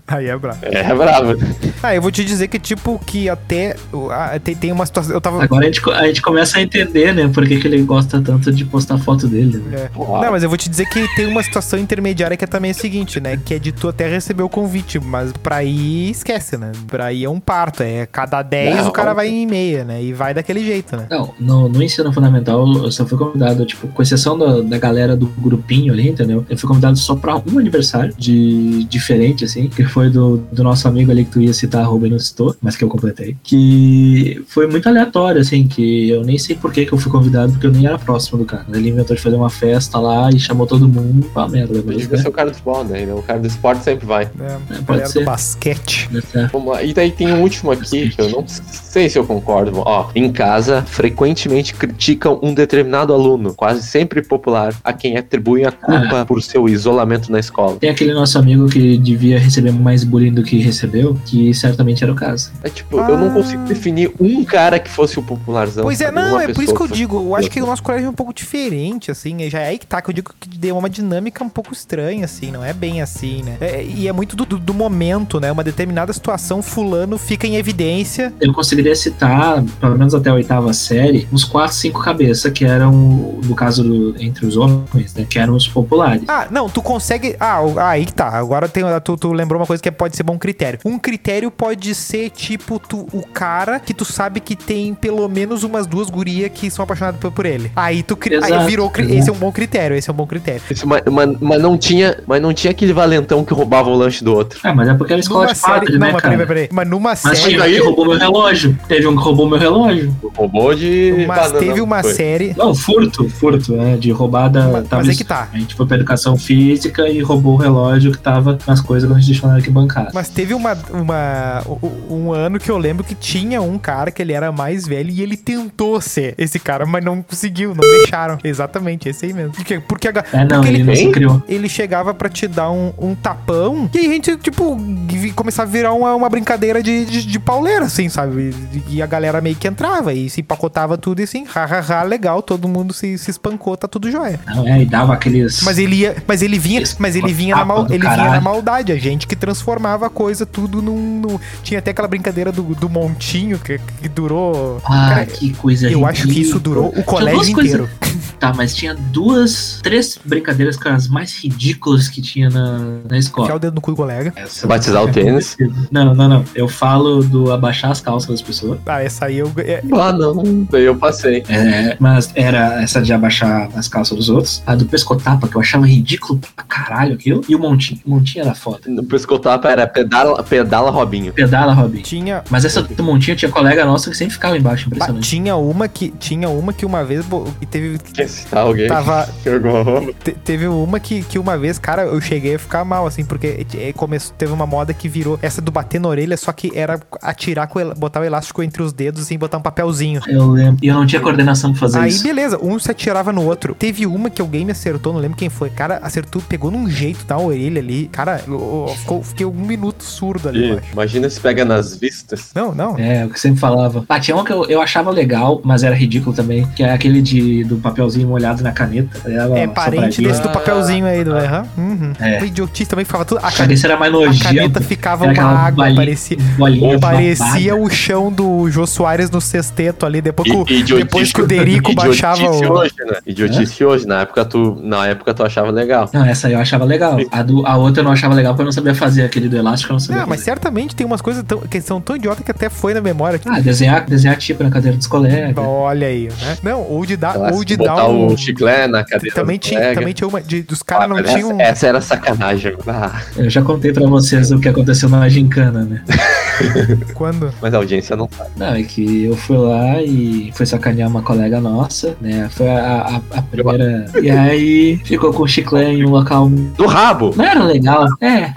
S1: Aí é brabo.
S3: É bravo.
S1: Ah, eu vou te dizer que, tipo, que até. ah, tem, tem uma situação. Eu tava.
S2: Agora a gente, co- a gente começa a entender, né? Por que, que ele gosta tanto de postar foto dele, né?
S1: Não, mas eu vou te dizer que tem uma situação intermediária que é também a seguinte, né? Que é de tu até receber o convite, mas pra ir, esquece, né? Pra ir é um parto. É cada 10
S3: Não.
S1: o cara vai em meia, né? E vai daquele jeito, né?
S2: Não, no, no ensino fundamental eu só fui convidado, tipo, com exceção da, da galera do grupinho ali, entendeu? Eu fui convidado só pra um aniversário de diferente, assim, que foi do, do nosso amigo ali que tu ia citar, Ruben não citou, mas que eu completei. Que foi muito aleatório, assim, que eu nem sei por que, que eu fui convidado, porque eu nem era próximo do cara. Ele inventou de fazer uma festa lá e chamou todo mundo. Ah, merda,
S3: Eu
S2: mas,
S3: devia
S2: né?
S3: ser o cara do futebol, né? Ele é O cara do esporte sempre vai.
S1: É,
S2: pode
S1: galera do
S2: ser. né?
S1: basquete.
S2: Dessa-
S3: Vamos lá. E daí tem um último aqui que eu não sei se eu concordo. Ó, em casa, frequentemente criticam um determinado aluno, quase sempre popular, a quem atribuem a culpa
S1: Ah.
S3: por seu isolamento na escola.
S2: Tem aquele nosso amigo que devia receber mais bullying do que recebeu, que certamente era o caso.
S3: É tipo, eu não
S1: Ah.
S3: consigo definir um cara que fosse o popularzão.
S1: Pois é,
S3: Então, sabe?
S1: não,
S3: Uma
S1: é por
S3: pessoa assim.
S1: isso que eu
S3: fosse
S1: digo. Eu acho que o
S3: popular.
S1: nosso colégio é um pouco diferente, assim. é Já é aí que tá, que eu digo que deu uma dinâmica um pouco estranha, assim. Não é bem assim, né? É, e é muito do, do- do momento, né? Uma determinada situação, fulano fica em evidência.
S2: eu conseguiria citar, pelo menos até a oitava série, uns 4, 5 cabeças que eram, no caso do- entre os homens, né, que eram os populares.
S1: Ah, não, tu consegue. Ah, o- ah, aí que tá. Agora tem, tu, tu lembrou uma coisa que pode ser bom critério. Um critério pode ser, tipo, tu, o cara que tu sabe que tem pelo menos umas duas gurias que são apaixonadas por, por ele. Aí tu cri- aí
S2: Exato,
S1: virou. cri-
S2: exato.
S1: Esse é um bom critério, esse é um bom critério.
S3: Isso, mas, mas- mas não tinha, mas não tinha aquele valentão que roubava o lanche do outro.
S2: Ah, mas é porque era escola
S1: Numa
S2: de padre,
S1: série. Não,
S2: né,
S1: mas
S2: cara?
S1: peraí, peraí. Mas numa
S2: Mas
S1: série.
S2: tinha um que roubou meu relógio. Teve um que roubou meu relógio.
S3: Roubou de.
S1: Mas
S3: banana,
S1: teve uma
S3: foi.
S1: série.
S2: Não, furto, furto, né? De roubada.
S1: Mas-
S2: tava
S1: mas é que tá.
S2: A gente foi pra educação física e roubou o relógio que tava nas coisas que a gente deixou na arquibancada.
S1: Mas teve uma, uma, u- um ano que eu lembro que tinha um cara que ele era mais velho e ele tentou ser esse cara, mas não conseguiu, não deixaram. Exatamente, esse aí mesmo. Por quê? Porque, a ga-
S2: É, não,
S1: porque
S2: ele
S1: ele, um,
S2: não se
S3: Hein?
S2: criou.
S1: ele chegava pra te dar um, um tapão e aí a gente, tipo, vi- começava a virar uma, uma brincadeira de, de, de pauleira, assim, sabe? E, e a galera meio que entrava e se escotava tudo e assim, hahaha, legal, todo mundo se, se espancou, tá tudo jóia.
S2: Não, é, e dava aqueles.
S1: Mas ele ia, mas ele vinha, mas ele vinha na, mal,
S2: do
S1: ele vinha na
S2: caralho.
S1: maldade, a gente que transformava a coisa tudo num, num- tinha até aquela brincadeira do, do montinho que, que durou.
S2: Ah,
S1: Cara,
S2: que coisa
S1: eu acho que isso
S2: ridícula.
S1: durou o
S2: Tinha
S1: colégio
S2: duas coisas-
S1: inteiro.
S2: Tá, mas tinha duas, três brincadeiras com as mais ridículas que tinha na, na
S1: Enfiar
S2: escola.
S1: o dedo no cu do colega.
S2: Essa-
S3: Batizar o tênis.
S2: Não, não, não. Eu falo do abaixar as calças das pessoas.
S1: Ah, essa aí eu. é-
S3: Ah, não. Daí eu passei.
S2: É, mas era essa de abaixar as calças dos outros. A do pescotapa, que eu achava ridículo pra caralho aquilo. E o montinho. O montinho era foda.
S3: No pescotapa era pedala, pedala Robinho.
S2: Pedala, Robin.
S1: Tinha ah,
S2: Mas essa do montinho tinha colega nossa que sempre ficava embaixo,
S1: Bah,
S2: impressionante.
S1: tinha uma que tinha uma que uma vez bo- e teve
S3: Quer citar tá, alguém?
S1: tava
S3: Jogou.
S1: te- teve uma que, que uma vez cara eu cheguei a ficar mal assim porque é, começou teve uma moda que virou essa do bater na orelha só que era atirar com el- botar o elástico entre os dedos assim botar um papelzinho
S2: Eu lembro. E eu não tinha coordenação pra fazer
S1: Aí,
S2: isso.
S1: beleza, um se atirava no outro. Teve uma que alguém me acertou, não lembro quem foi. Cara, acertou, pegou num jeito na orelha ali. Cara, eu- eu- ficou, fiquei um minuto surdo ali, eu acho.
S3: Imagina se pega nas vistas.
S1: Não, não.
S2: É, o que eu sempre falava. Ah, tinha uma que eu, eu achava legal, mas era ridículo também, que é aquele de, do papelzinho molhado na caneta. Ela
S1: É parente
S2: sopradinha.
S1: desse do papelzinho aí, do Erran. Uhum.
S2: É.
S1: O idiotice também ficava tudo. A,
S2: Só que
S1: caneta,
S2: esse era mais
S1: a
S2: nojento.
S1: caneta ficava uma
S2: Era aquela
S1: água,
S2: bolinha-
S1: parecia.
S2: bolinha
S1: Parecia
S2: babada.
S1: o chão do Jô Soares no sexteto ali, depois que, o-
S3: I- idiotice-
S1: depois que o Derico
S3: idiotice
S1: baixava o.
S3: hoje, né? Idiotice hoje, na época tu, na época tu achava legal.
S2: Não, essa aí eu achava legal. A, do, a outra eu não achava legal porque eu não sabia fazer aquele do elástico, eu não sabia.
S1: Não, mas
S2: fazer.
S1: certamente tem umas coisas tão, que são tão idiota que até foi na memória.
S2: Ah, desenhar, desenhar tipo na cadeira dos colegas.
S1: Olha aí, né? Não, ou de dar,
S3: Lá,
S1: ou
S3: se
S1: de
S3: botar
S1: dar um.
S3: um chiclete na cadeira
S1: Também
S3: do
S1: tinha,
S3: colega.
S1: também tinha uma. de- dos
S3: Ah,
S1: caras não um-
S3: mas
S1: tinham.
S3: essa, essa era sacanagem. Ah,
S2: Eu já contei pra vocês o que aconteceu na gincana, né?
S1: um Quando?
S3: mas a audiência não tá. sabe.
S2: Não, é que eu fui lá e fui sacanear uma colega nossa, né? Foi a, a, a primeira. E aí ficou com o chiclete em um local.
S3: Do rabo!
S2: Não era legal, é.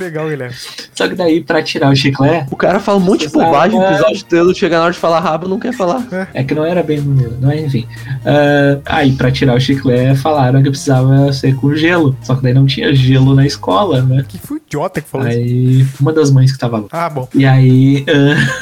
S1: Legal, Guilherme.
S2: Só que daí, pra tirar o chiclete,
S3: O cara fala um monte de
S2: Exato.
S3: bobagem, o episódio todo, chega na hora de falar rabo, não quer falar.
S2: é que não era bem. Não é, enfim. Ah, aí, pra tirar o chiclete, falaram que precisava ser com gelo. Só que daí não tinha gelo na escola, né?
S1: Que foi idiota que falou isso.
S2: Aí, uma das mães que tava lá.
S1: Ah, bom.
S2: E aí,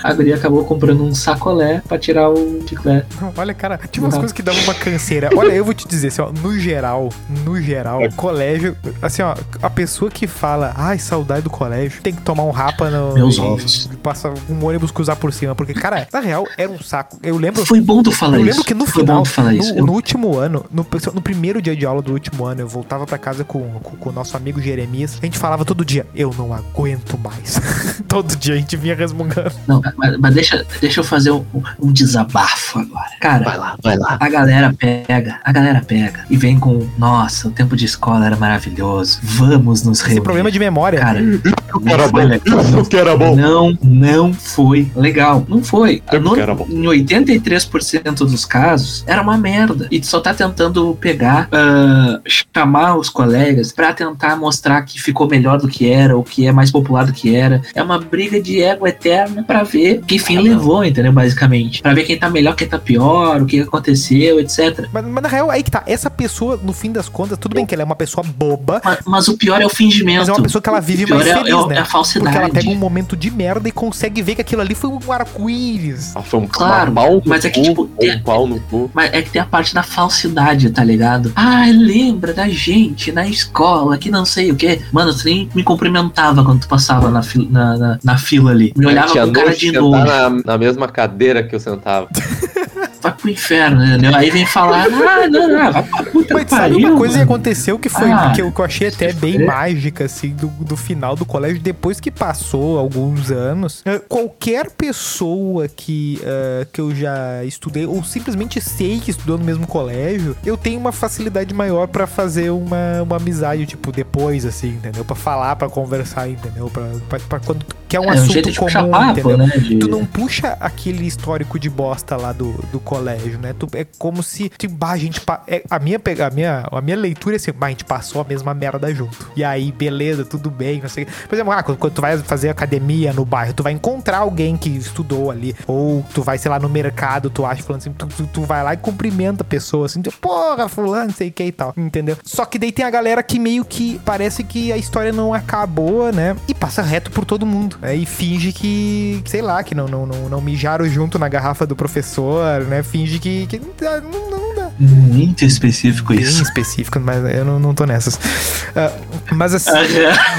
S2: ah, a guria acabou comprando um sacolé pra tirar o chiclete.
S1: Olha, cara, tinha umas
S2: Não.
S1: coisas que davam uma canseira. Olha, eu vou te dizer, assim, ó, no geral, no geral, colégio, assim, ó, a pessoa que fala, ai, saudade do colégio, tem que tomar um rapa no.
S2: Meus
S1: e-
S2: ovos.
S1: e Passar um ônibus cruzar por cima, porque, cara, na real, era um saco. Eu lembro.
S2: Foi bom tu falar
S1: Eu
S2: isso.
S1: lembro que no
S2: Foi
S1: final,
S2: bom tu falar É isso.
S1: no,
S2: Eu-
S1: no último ano, no, no primeiro dia de aula do último ano, eu voltava pra casa com, com, com o nosso amigo Jeremias. A gente falava todo dia, eu não aguento mais. todo dia a gente vinha resmungando.
S2: Não, mas, mas deixa, deixa eu fazer um, um desabafo agora. Cara,
S3: Vai lá, vai lá.
S2: a galera pega, a galera pega e vem com, nossa, o tempo de escola era maravilhoso. Vamos nos reunir.
S1: Esse é Assim, problema de memória.
S2: Cara,
S3: é O cara
S2: não
S3: bom.
S2: foi legal.
S3: Isso que era bom. é
S2: Não, não foi legal. Não foi.
S3: Tempo
S2: No-
S3: que era bom.
S2: em 83% dos casos, era uma merda. E tu só tá tentando pegar, ah, chamar os colegas pra tentar mostrar que ficou melhor do que era, ou que é mais popular do que era. É uma briga de ego eterna pra ver que
S1: Ah,
S2: fim levou, entendeu? Basicamente. Pra ver quem tá melhor, quem tá pior, o que aconteceu, etc.
S1: Mas, mas na real, aí que tá. Essa pessoa, no fim das contas, tudo bem que ela é uma pessoa boba,
S2: Mas, mas o pior é o fingimento.
S1: Mas é uma pessoa que ela vive
S2: O pior
S1: mais
S2: é,
S1: feliz,
S2: é, o-
S1: né?
S2: é a falsidade.
S1: porque ela pega um momento de merda e consegue ver que aquilo ali foi um arco-íris.
S3: Ah, Foi um
S2: Claro,
S3: um pau no
S2: mas é que,
S3: cu,
S2: tipo, tem-
S3: um pau no cu.
S2: Mas é que tem a parte da falsidade, tá ligado? Ah, lembra da gente na escola, que não sei o quê. Mano, tu nem me cumprimentava quando tu passava na, fila- na, na- na fila ali. Me olhava
S3: Tinha
S2: com cara
S3: nojo
S2: de
S3: sentar
S2: novo.
S3: Na, na mesma cadeira que eu sentava.
S2: Vai pro inferno, entendeu? Aí vem falar, ah, não, não, vai pra puta
S1: Mas
S2: que
S1: sabe
S2: pariu,
S1: uma coisa que
S2: mano.
S1: aconteceu que foi
S2: Ah,
S1: que, eu, que eu achei até bem
S2: é.
S1: mágica, assim, do, do final do colégio, depois que passou alguns anos. eh, Qualquer pessoa que, eh, que eu já estudei, ou simplesmente sei que estudou no mesmo colégio, eu tenho uma facilidade maior pra fazer uma, uma amizade, tipo, depois, assim, entendeu? Pra falar, pra conversar, entendeu? Pra, pra, pra quando tu quer um
S2: É um
S1: assunto
S2: jeito de puxar
S1: comum,
S2: papo,
S1: entendeu?
S2: né? de-
S1: Tu não puxa aquele histórico de bosta lá do, do colégio, né? Tu, é como se. Tipo, bah, a gente. pa- é, a, minha, pe- a, minha, a minha leitura é assim, bah, a gente passou a mesma merda junto. E aí, beleza, tudo bem, não sei. o quê. Por exemplo, ah, quando, quando tu vai fazer academia no bairro, tu vai encontrar alguém que estudou ali. Ou tu vai, sei lá, no mercado, tu acha, falando assim, tu, tu, tu vai lá e cumprimenta a pessoa, assim, tipo, porra, fulano, não sei o que e tal. Entendeu? Só que daí tem a galera que meio que parece que a história não acabou, né? E passa reto por todo mundo. né? E finge que, sei lá, que não, não, não, não mijaram junto na garrafa do professor, né? Finge que, que não, não dá.
S2: Muito específico
S1: Bem
S2: isso.
S1: específico, mas eu não, não tô nessas. Ah, mas assim,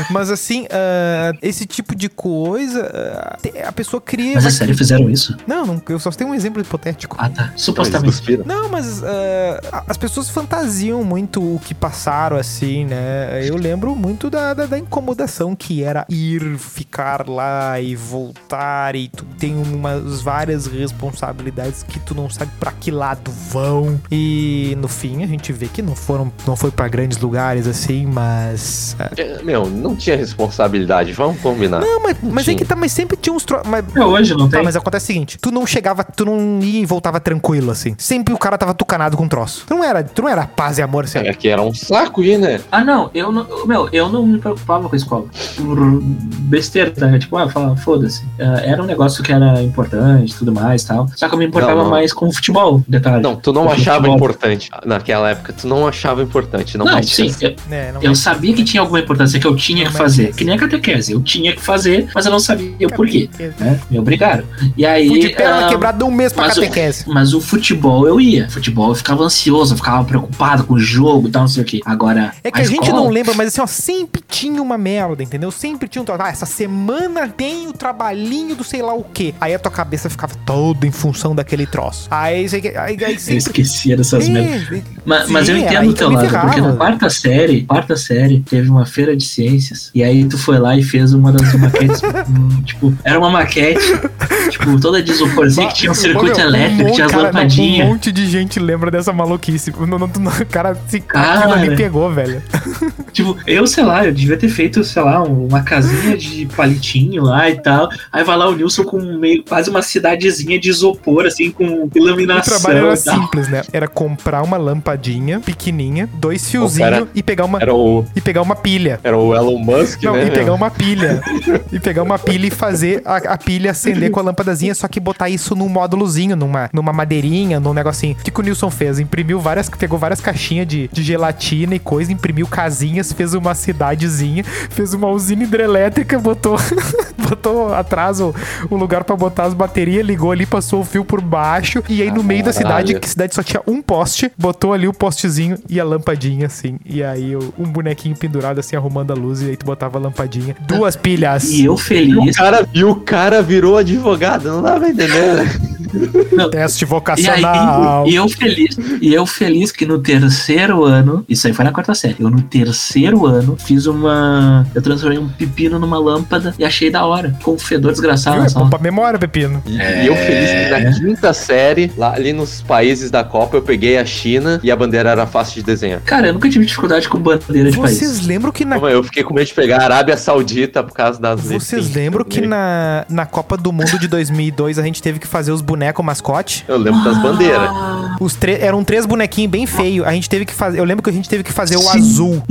S1: mas assim ah, esse tipo de coisa, ah, te- a pessoa cria.
S2: Mas é sério, fizeram isso?
S1: Não, não, eu só tenho um exemplo hipotético.
S2: Ah, tá.
S3: Eles
S2: Supostamente.
S3: cuspiram.
S1: Não, mas é, a- as pessoas fantasiam muito o que passaram, assim, né? Eu lembro muito da, da, da incomodação que era ir, ficar lá e voltar, e tu tem umas várias responsabilidades que tu não sabe pra que lado vão. E no fim a gente vê que não foram, não foi pra grandes lugares, assim, mas. é.
S3: É, Meu, não tinha responsabilidade, vamos
S2: Ah,
S3: combinar.
S1: Não, mas, mas é
S3: Sim.
S1: que tá, mas sempre tinha uns. Tro... Mas,
S2: É hoje, não
S1: Tá,
S2: tem?
S1: mas acontece o seguinte, tu não chegava, tu não ia e voltava tranquilo, assim. Sempre o cara tava tucanado com um troço. Tu não era, tu não era paz e amor, assim.
S3: É que era um saco aí, né?
S2: Ah, não, eu não, eu- meu, eu não me preocupava com a escola. Por besteira, tá? tipo, ah, fala, foda-se. Ah, era um negócio que era importante, tudo mais, tal. Só que eu me importava
S3: Não, não.
S2: mais com o futebol, detalhe.
S3: Não, tu não
S2: Futebol.
S3: achava importante. Naquela época, tu não achava importante. Não,
S2: Não,
S3: batia
S2: sim, eu,
S1: É, não
S2: eu sabia que tinha alguma importância que eu tinha
S1: Não
S2: que
S1: mais
S2: fazer.
S1: essa.
S2: Que nem a catequese, eu tinha que fazer, mas eu não sabia o porquê. Né? Me obrigaram. E aí.
S1: Fui de perna
S2: ah,
S1: quebrada um mês pra
S2: mas o-
S1: catequese.
S2: Mas o futebol eu ia. Futebol eu ficava ansioso, eu ficava preocupado com o jogo e tal, não sei o quê. Agora.
S1: É que a gente
S2: escola-
S1: não lembra, mas assim, ó, sempre tinha uma merda, entendeu? Sempre tinha um troço. Ah, essa semana tem o trabalhinho do sei lá o quê. Aí a tua cabeça ficava toda em função daquele troço. Aí, sei que- aí, aí
S2: Eu
S1: sempre...
S2: esquecia dessas merdas.
S1: É,
S2: Mas,
S1: Sim,
S2: mas eu
S1: é,
S2: entendo
S1: aí
S2: o teu
S1: que eu me
S2: lado, porque na
S1: ferrava.
S2: quarta série, quarta série, teve uma feira de ciências, e aí tu foi lá e fez uma das maquetes, hum, tipo, era uma maquete, tipo, toda de isoporzinha que tinha um circuito
S1: Olha,
S2: elétrico,
S1: monte-
S2: tinha as
S1: cara, não, Um
S2: lampadinhas.
S1: monte de gente lembra dessa maluquice. Não, não, não, cara, se
S2: Cara.
S1: aquilo ali pegou, velho.
S2: Tipo, eu, sei lá, eu devia ter feito, sei lá, um- uma casinha de palitinho lá e tal, aí vai lá o Nilson com meio, quase uma cidadezinha de isopor, assim, com
S1: O
S2: iluminação
S1: trabalho era
S2: e tal.
S1: simples, né? Era comprar uma lampadinha pequenininha, dois
S3: cara é
S1: fiozinhos e pegar uma
S3: Era o,
S1: e pegar uma pilha.
S3: era o Elon Musk,
S1: Não,
S3: né?
S1: e pegar
S3: meu?
S1: uma pilha. e pegar uma pilha e fazer a, a pilha acender com a lâmpadazinha, só que botar isso num módulozinho, numa, numa madeirinha, num negocinho. O que, que o Nilson fez? Imprimiu várias. Pegou várias caixinhas de, de gelatina e coisa, imprimiu casinhas, fez uma cidadezinha, fez uma usina hidrelétrica, botou, botou atrás o, um lugar pra botar as baterias, ligou ali, passou o fio por baixo. E aí no meio da cidade,
S3: Caralho.
S1: que a cidade só tinha um poste, botou ali o postezinho e a lampadinha, assim. E aí o- um bonequinho pendurado, assim, arrumando a luz, e aí tu botava a lampadinha. Duas pilhas.
S2: E eu
S3: E
S1: um
S2: feliz.
S3: o, cara, e o cara virou advogado, não dá pra entender, né?
S1: Teste
S2: E, aí,
S1: vocacional.
S2: e eu feliz, e eu feliz que no terceiro ano, isso aí foi na quarta série. Eu no terceiro ano fiz uma, eu transformei um pepino numa lâmpada e achei da hora, com um fedor desgraçado
S1: Viu?
S2: na
S1: É bom
S2: sala.
S1: pra memória, Pepino.
S3: E, e eu feliz que na quinta série, lá ali nos países da Copa, eu peguei a China e a bandeira era fácil de desenhar.
S2: Cara, eu nunca tive dificuldade com bandeira de
S1: Vocês
S2: país.
S1: lembram que na
S3: Então, Eu fiquei com medo de pegar a Arábia Saudita por causa das...
S1: Vocês
S3: letrinhas
S1: lembram que
S3: também.
S1: na, na Copa do Mundo de 2002 a gente teve que fazer os bonecos mascote?
S3: Eu lembro das bandeiras.
S1: Os tre- eram três bonequinhos bem feios. A gente teve que fazer. Eu lembro que a gente teve que fazer o
S2: Sim.
S1: azul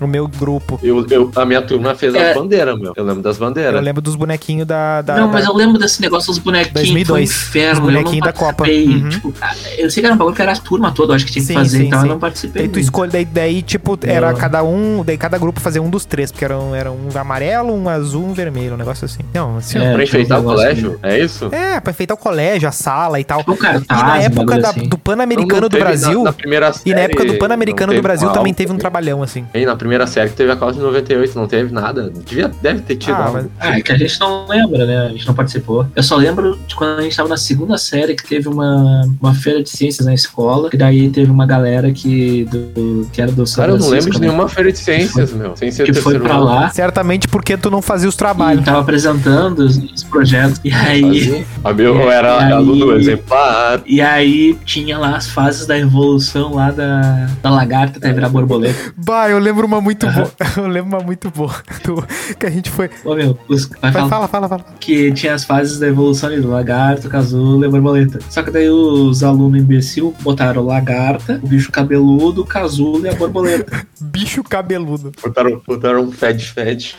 S1: no meu grupo.
S3: Eu, eu- a minha turma fez
S2: É.
S3: as bandeiras, meu. Eu lembro das
S1: Eu
S3: bandeiras.
S1: lembro dos bonequinhos da. da-
S2: Não,
S1: da-
S2: mas eu lembro desse negócio dos bonequinhos
S1: 2002,
S2: do
S1: os
S2: inferno. Eu não
S1: bonequinhos da Copa.
S2: participei.
S1: Uhum.
S2: Tipo, ah, eu sei que era um bagulho que era a turma toda, eu acho que tinha que
S1: Sim,
S2: fazer,
S1: sim,
S2: então
S1: sim.
S2: eu não participei.
S1: Daí tu
S2: muito.
S1: escolhe, daí, daí, tipo, era
S2: Não.
S1: cada um, daí cada grupo fazia um dos três, porque era um, era um amarelo, um azul, um vermelho, um negócio assim. Não, assim. ó.
S2: É,
S3: pra enfeitar o
S2: tinha um negócio
S3: colégio, é isso?
S1: É, pra enfeitar o colégio, a sala e tal.
S2: Tipo um cartaz,
S1: e na
S2: um
S1: época
S2: bagulho
S1: da-
S2: assim.
S1: do
S3: Não,
S1: Pan-Americano
S3: não
S1: do
S3: teve
S1: Brasil.
S3: na- na primeira
S1: E na época do
S3: série,
S1: Pan-Americano
S3: não
S1: do
S3: teve
S1: Brasil
S3: uma
S1: também
S3: aula,
S1: teve um
S3: né?
S1: trabalhão, assim.
S3: E na primeira série que teve a Copa de 98, não teve nada. Devia, deve ter tido.
S1: Ah,
S3: algo.
S1: mas-
S2: Ah, é que a gente não lembra, né? A gente não participou. Eu só lembro de quando a gente tava na segunda série que teve uma, uma feira de ciências na escola, e daí teve uma galera que, do, que era do São
S3: Cara, eu não lembro de
S2: Francisco, né?
S3: nenhuma feira de ciências, meu. Sem ser
S2: que foi
S3: terceiro
S2: pra
S3: ano.
S2: lá
S1: Certamente porque tu não fazia os
S2: e
S1: trabalhos.
S2: tava apresentando os, os projetos. E aí,
S3: Fazia. Ah, meu, eu era
S2: E aí-
S3: aluno exemplar.
S2: e aí tinha lá as fases da evolução lá da, da lagarta até virar borboleta.
S1: Bah, eu lembro uma muito boa. Eu lembro uma muito boa. do- que a gente foi.
S2: Ô meu, os, vai
S1: Vai,
S2: falar
S1: fala, fala, fala.
S2: que tinha as fases da evolução ali do lagarto, casulo e borboleta. Só que daí os alunos imbecil botaram o lagarta, o bicho cabeludo, o casulo e a borboleta.
S1: Bicho cabeludo.
S3: Botaram, botaram um fed fed.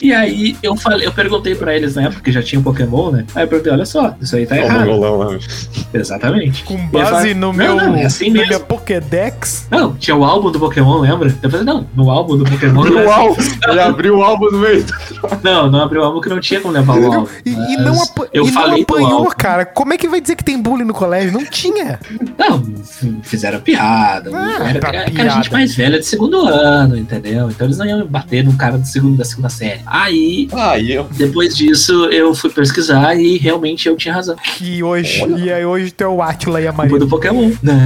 S2: e aí eu falei, eu perguntei pra eles né? na época que já tinha Pokémon, né? Aí eu perguntei, olha só, isso aí tá
S3: É o
S2: errado.
S3: mongolão lá. meu.
S2: Exatamente.
S1: Com
S2: E eles
S1: base frase no meu.
S2: não, é assim
S1: na
S2: mesmo.
S1: minha Pokédex.
S2: Não, tinha o álbum do Pokémon, lembra? Eu falei, não, no álbum do Pokémon. não,
S3: Abriu o
S2: era
S3: álbum, ele abriu o álbum no meio.
S2: assim. não, não abriu o álbum que não tinha como levar o álbum.
S1: E, e
S2: Mas
S1: não, apa-
S2: eu
S1: e não
S2: falei do
S1: apanhou,
S2: álbum.
S1: cara. Como é que vai dizer que tem bullying no colégio? Não tinha.
S2: Não, f- fizeram piada.
S1: Ah,
S2: era,
S1: tá
S2: era-
S1: piada.
S2: Era gente mais velha de segundo ano, entendeu? Então eles não iam bater num cara do segundo, da segunda série. Aí,
S3: Aí eu.
S2: depois disso, eu fui pesquisar e realmente eu tinha razão.
S1: E hoje, e aí hoje tem o Átila e a
S2: Culpa
S1: Maria.
S2: do Pokémon. Não.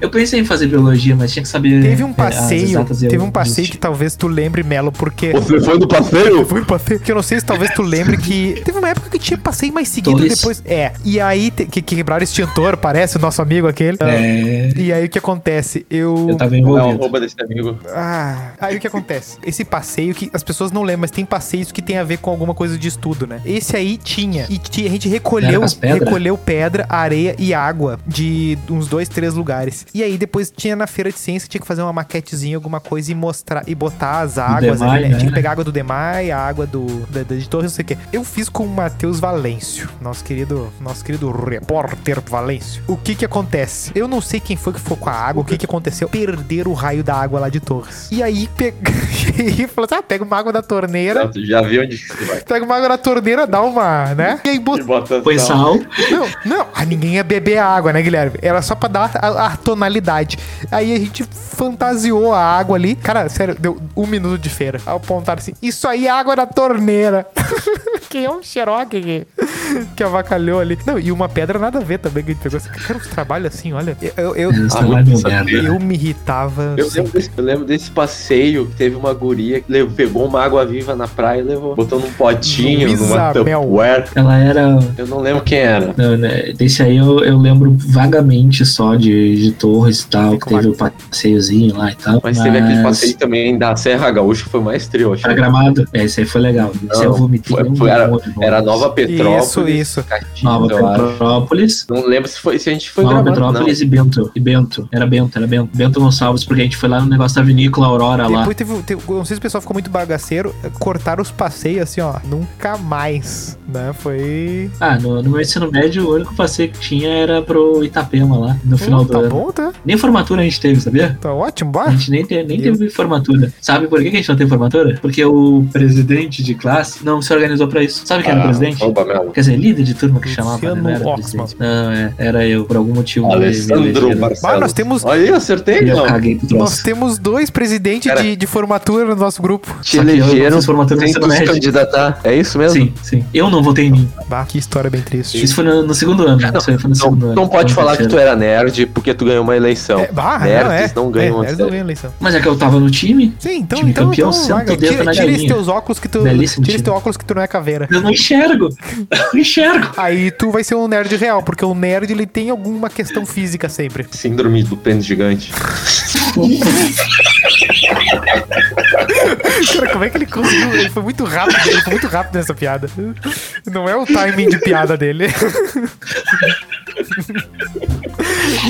S2: Eu pensei em fazer biologia, mas tinha que saber.
S1: Teve um
S2: eh, as
S1: passeio,
S2: exatas e eu
S1: teve um passeio que
S2: desisti.
S1: talvez tu lembre, Melo, porque.
S3: Você foi no passeio?
S1: Foi um passeio que eu não sei se talvez tu lembre que teve uma época que tinha passeio mais seguido
S2: Dois.
S1: depois. É, e aí te- que, que quebraram o extintor, parece, o nosso amigo aquele.
S2: É,
S1: E aí o que acontece?
S2: eu
S1: Eu.
S2: tava
S3: Não,
S2: envolvido.
S3: rouba desse amigo.
S1: Ah, aí o que acontece? Esse passeio que as pessoas não lembram, mas tem passeios que tem a ver com alguma coisa de estudo, né? Esse aí tinha. E ti- a gente
S2: Era
S1: recolheu,
S2: com as pedras?
S1: recolheu pedra, areia e água de uns dois, três lugares. E aí depois tinha na feira de ciência, tinha que fazer uma maquetezinha, alguma coisa e mostrar e botar as águas
S2: Demai,
S1: ali, né?
S2: né?
S1: Tinha que pegar a água do Demai, a água do da, da- de Torres, não sei o quê. Eu fiz com o Matheus Valêncio, nosso querido, nosso querido repórter Valêncio. O que que acontece? Eu não sei quem foi que ficou com a água, o que que aconteceu? Perderam o raio da água lá de Torres. E aí pe... e falou assim: "Ah, pega uma água da torneira,
S3: Não, já vi onde você vai.
S1: pega uma água da torneira, dá uma, né?" E aí botou
S3: E bota
S2: Foi
S3: sal.
S2: sal.
S1: não, não, ah, ninguém ia beber a água, né, Guilherme? Era só pra dar a, a tonalidade. Aí a gente fantasiou a água ali. Cara, sério, deu um minuto de feira. Aí apontaram assim: Isso aí é água da torneira. Quem é um xeroque aqui? Que avacalhou ali. Não, e uma pedra nada a ver também que a gente pegou. Assim, cara, uns trabalhos assim, olha. Eu, eu,
S2: Eles
S3: Ah,
S2: estão lá
S3: muito
S2: meu
S3: saber.
S2: é merda.
S1: eu me irritava.
S3: Eu
S1: assim.
S3: lembro, desse, eu lembro desse passeio que teve uma guria que levou- pegou uma água viva na praia e levou, botou num potinho, numa
S1: Luísa Mel.
S3: Tupperware.
S2: Ela era.
S3: Eu não lembro quem era.
S2: Não, né, Desse aí eu, eu lembro vagamente só de, de Torres e tal, que
S1: Fica
S2: teve o passeiozinho lá e tal.
S3: Mas teve aquele passeio também da Serra Gaúcha que foi mais trio, acho.
S2: Pra gramado. É, esse aí foi legal. Esse aí eu
S3: Não,
S2: vomitei.
S3: foi-
S2: um
S3: foi-
S2: monte de
S3: Era
S2: vezes.
S3: Nova Petrópolis.
S1: Isso, isso.
S3: Caxias,
S2: Nova
S3: eu acho.
S2: Petrópolis.
S3: Não lembro se, foi, se a gente foi
S2: Nova
S3: gravado, não.
S2: Petrópolis e Bento. E Bento. Era Bento, era Bento. Bento Gonçalves, porque a gente foi lá no negócio da vinícola Aurora lá.
S1: Depois teve, teve- eu Não sei se o pessoal ficou muito bagaceiro. Cortaram os passeios assim, ó. Nunca mais. Né? Foi.
S2: Ah, no, no meu ensino médio, o único passeio que tinha era pro Itapema lá, no final
S1: Pô,
S2: do
S1: tá
S2: ano.
S1: bom, tá?
S2: Nem formatura a gente teve, sabia?
S1: Tá ótimo,
S2: A
S1: bora.
S2: gente nem, te- nem
S1: Deus.
S2: teve formatura. Sabe por que que a gente não teve formatura? Porque o presidente de classe não se organizou pra isso. Sabe quem era o presidente?
S3: Oba, Ah, meu.
S2: Quer dizer, líder de turma que chamava, né?
S1: Luciano
S2: Não era
S1: Oxman.
S2: presidente. Não, é, era eu, por algum motivo. me- me
S3: Alessandro
S2: elegeram.
S1: Bah,
S3: Marcelo.
S1: nós temos,
S3: Olha aí, acertei,
S2: E eu
S3: não.
S2: caguei pro
S1: nós
S2: troço.
S1: temos dois presidentes
S3: Cara.
S1: de, de formatura no nosso grupo.
S2: Só
S3: Te
S2: que eu não
S3: elegeram
S2: fiz formatura no
S3: sem
S2: ensino
S3: tu se
S2: médio.
S3: candidatar. É isso mesmo?
S2: Sim, sim. Eu não votei em mim.
S1: Bah, que história bem triste.
S2: Isso foi no, no segundo ano.
S3: Não,
S2: isso aí foi no
S3: Não,
S2: segundo ano.
S3: não pode
S2: Foi no
S3: falar que tu
S2: terceiro.
S3: era nerd porque tu ganhou uma eleição.
S1: É, bah, não é.
S3: Nerds então. não ganham
S1: é,
S3: uma
S1: nerds não
S3: série.
S1: ganham eleição.
S2: Mas é que eu tava no time,
S1: Sim, então,
S2: Time
S1: então,
S2: campeão,
S1: então
S2: senta
S1: Wagner,
S2: o dedo
S1: tira,
S2: na
S1: tira esses
S2: galinha.
S1: teus óculos que tu
S2: Belíssimo
S1: tira esses
S2: time.
S1: teus óculos que tu não é caveira.
S2: eu não enxergo. Eu não enxergo.
S1: Aí tu vai ser um nerd real, porque o nerd ele tem alguma questão física sempre.
S3: Síndrome do pênis gigante.
S1: Cara, como é que ele conseguiu? Ele foi muito rápido, ele foi muito rápido nessa piada. Não é o timing de piada dele.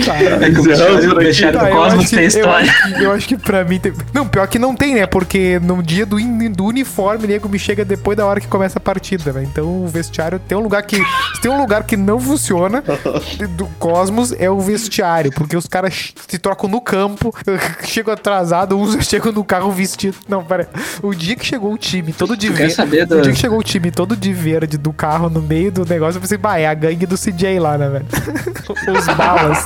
S1: Cara,
S2: É que o Michel-
S3: Encerramos por
S2: o
S3: aqui.
S2: Michel
S1: Tá,
S2: do
S1: eu
S2: Cosmos
S1: acho que-
S2: tem história.
S1: Eu acho, que- eu acho que pra mim tem. Não, pior que não tem, né? Porque no dia do, in- do uniforme, nego me chega depois da hora que começa a partida, né? Então o vestiário tem um lugar que. Se tem um lugar que não funciona do Cosmos, é o vestiário. Porque os caras ch- se trocam no campo, chegam atrasado, uns chegam no carro vestido. Não, pera. O dia que chegou o time, todo de
S2: Tu quer
S1: verde.
S2: saber
S1: O
S2: do,
S1: dia que chegou o time todo de verde do carro no meio do negócio, eu pensei, bah, é a gangue do CJ lá, né, velho? Os balas.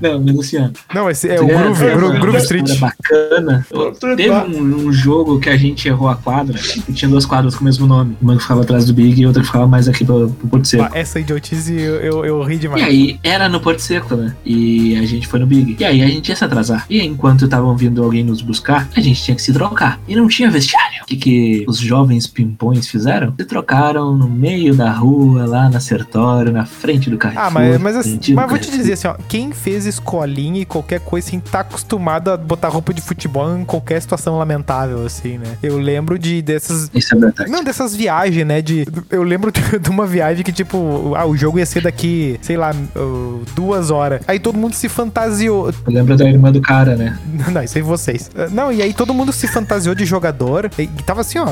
S2: Não, mas Luciano.
S1: Não, esse é
S2: tu
S1: o
S2: quer
S1: Groove,
S2: saber
S1: Groove,
S2: uma
S1: Groove
S2: história
S1: Street.
S2: bacana. Eu- Teve um, um jogo que a gente errou a quadra e tinha duas quadras com o mesmo nome. Uma que ficava atrás do Big e outra que ficava mais aqui pro, pro Porto Seco.
S1: Bah, essa idiotice eu, eu, eu ri
S2: E
S1: demais.
S2: aí, era no Porto Seco, né? E a gente foi no Big. E aí, a gente ia se atrasar. E enquanto estavam vindo alguém nos buscar, a gente tinha que se trocar. E não tinha vestiário. O que, que os jovens pimpões fizeram? Se trocaram no meio da rua, lá na Sertório, na frente do Carrefour.
S1: Ah, mas, mas, assim,
S2: sentido
S1: mas vou te
S2: Carrefour.
S1: dizer assim, ó. Quem fez escolinha e qualquer coisa, assim, tá acostumado a botar roupa de futebol em qualquer situação lamentável, assim, né? Eu lembro de dessas
S2: Isso é verdade.
S1: Não, dessas viagens, né? De, eu lembro de, de uma viagem que, tipo, ah, o jogo ia ser daqui, sei lá, uh, duas horas. Aí todo mundo se fantasiou.
S2: Lembra da irmã do cara, né?
S1: Não, isso aí vocês. Uh, Não, e aí todo mundo se fantasiou de jogador. E e tava assim, ó,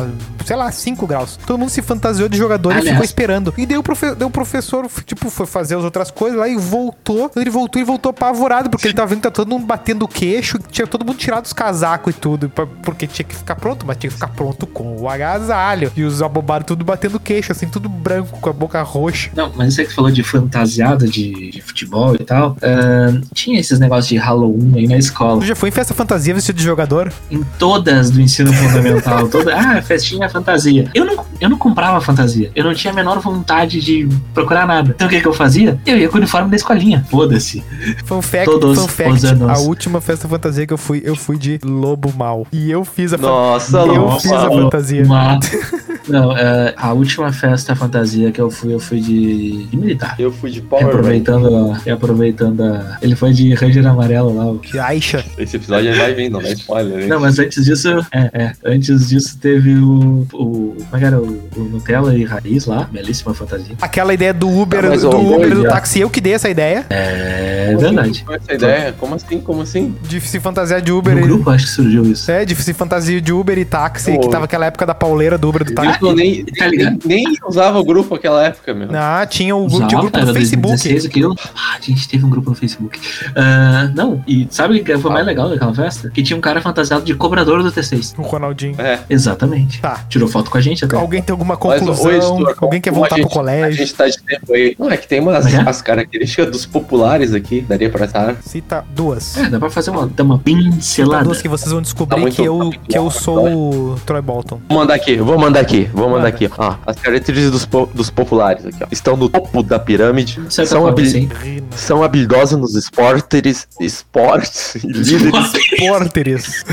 S1: sei lá, 5 graus. Todo mundo se fantasiou de jogador e
S2: Aliás.
S1: ficou esperando. E daí o, profe- daí o professor, tipo, foi fazer as outras coisas lá e voltou. Ele ele voltou, ele voltou apavorado, porque ele tava vendo que tá todo mundo batendo o queixo, que tinha todo mundo tirado os casacos e tudo, pra- porque tinha que ficar pronto, mas tinha que ficar pronto com o agasalho. E os abobados tudo batendo queixo, assim, tudo branco, com a boca roxa.
S2: Não, mas você que falou de fantasiada de, de futebol e tal. ahn, tinha esses negócios de Halloween aí na escola.
S1: Tu já foi em festa fantasia vestido de jogador?
S2: Em todas do ensino fundamental. Toda, ah, festinha, fantasia. Eu não, eu não comprava fantasia. Eu não tinha a menor vontade de procurar nada. Então o que, que eu fazia? Eu ia com o uniforme da escolinha. Foda-se.
S1: Fun fact,
S2: Todos
S1: fun
S2: os
S1: fact,
S2: anos.
S1: a última festa fantasia que eu fui, eu fui de lobo mal. E eu fiz a fantasia.
S3: Nossa,
S1: Eu
S3: Lopes.
S1: fiz a fantasia.
S2: Uma- Não, é, a última festa fantasia que eu fui, eu fui de, de militar.
S3: Eu fui de
S2: E
S3: Power Ranger.
S2: aproveitando, a- e aproveitando a- Ele foi de Ranger Amarelo lá. o-
S1: Que Aisha.
S3: Esse episódio ele vai vindo, não é spoiler, hein?
S2: Não, mas antes disso. É, é. Antes disso teve o. o como é que era? O, o Nutella e Raiz lá. Belíssima fantasia.
S1: Aquela ideia do Uber,
S3: Ah, mas
S1: do
S3: eu vou
S1: Uber, do
S2: olhar.
S1: táxi, eu que dei essa ideia
S2: É
S3: Como
S2: verdade.
S3: assim? Qual é Essa ideia? Como assim? Como assim?
S1: de se fantasiar de Uber.
S2: No
S1: e-
S2: grupo acho que surgiu isso.
S1: É, de se fantasiar de Uber e táxi,
S3: Pô.
S1: que tava aquela época da pauleira do Uber e do táxi.
S3: Eu nem,
S2: tá
S3: nem,
S2: ligado?
S3: nem usava o grupo naquela época, meu.
S1: Ah, tinha o grupo,
S2: Usava,
S1: tinha o grupo
S2: era
S1: do Facebook.
S2: 2016 aquilo. Ah, a gente teve um grupo no Facebook. Ah, não, e sabe o que foi mais legal daquela festa? Que tinha um cara fantasiado de cobrador do T6.
S1: O Ronaldinho.
S3: É.
S2: Exatamente.
S1: Tá.
S2: Tirou foto com a gente até.
S1: Alguém tem alguma
S3: Mas, ô,
S1: conclusão?
S3: Heitor,
S1: Alguém quer
S3: como
S1: voltar
S3: a
S1: pro
S3: gente- A
S1: colégio?
S3: gente tá de tempo aí. Não, é que tem umas
S2: É?
S3: as características dos populares aqui, daria pra estar.
S1: Cita duas.
S2: É, dá pra fazer uma, dar uma
S1: Cita
S2: pincelada.
S1: duas que vocês vão
S3: Tá
S1: descobrir
S3: muito-
S1: que,
S3: tá
S1: eu,
S3: muito
S1: que eu
S3: bom,
S1: sou o Troy Bolton.
S3: Vou mandar aqui, vou mandar aqui, vou
S1: Manda.
S3: mandar aqui. Ó, Ah, as características dos, po- dos populares aqui, ó. Estão no topo da pirâmide,
S2: De certa
S3: são,
S2: forma,
S3: habili-
S2: assim.
S1: Rina.
S3: são habilidosos nos esportes, esportes e líderes.
S1: Porteris.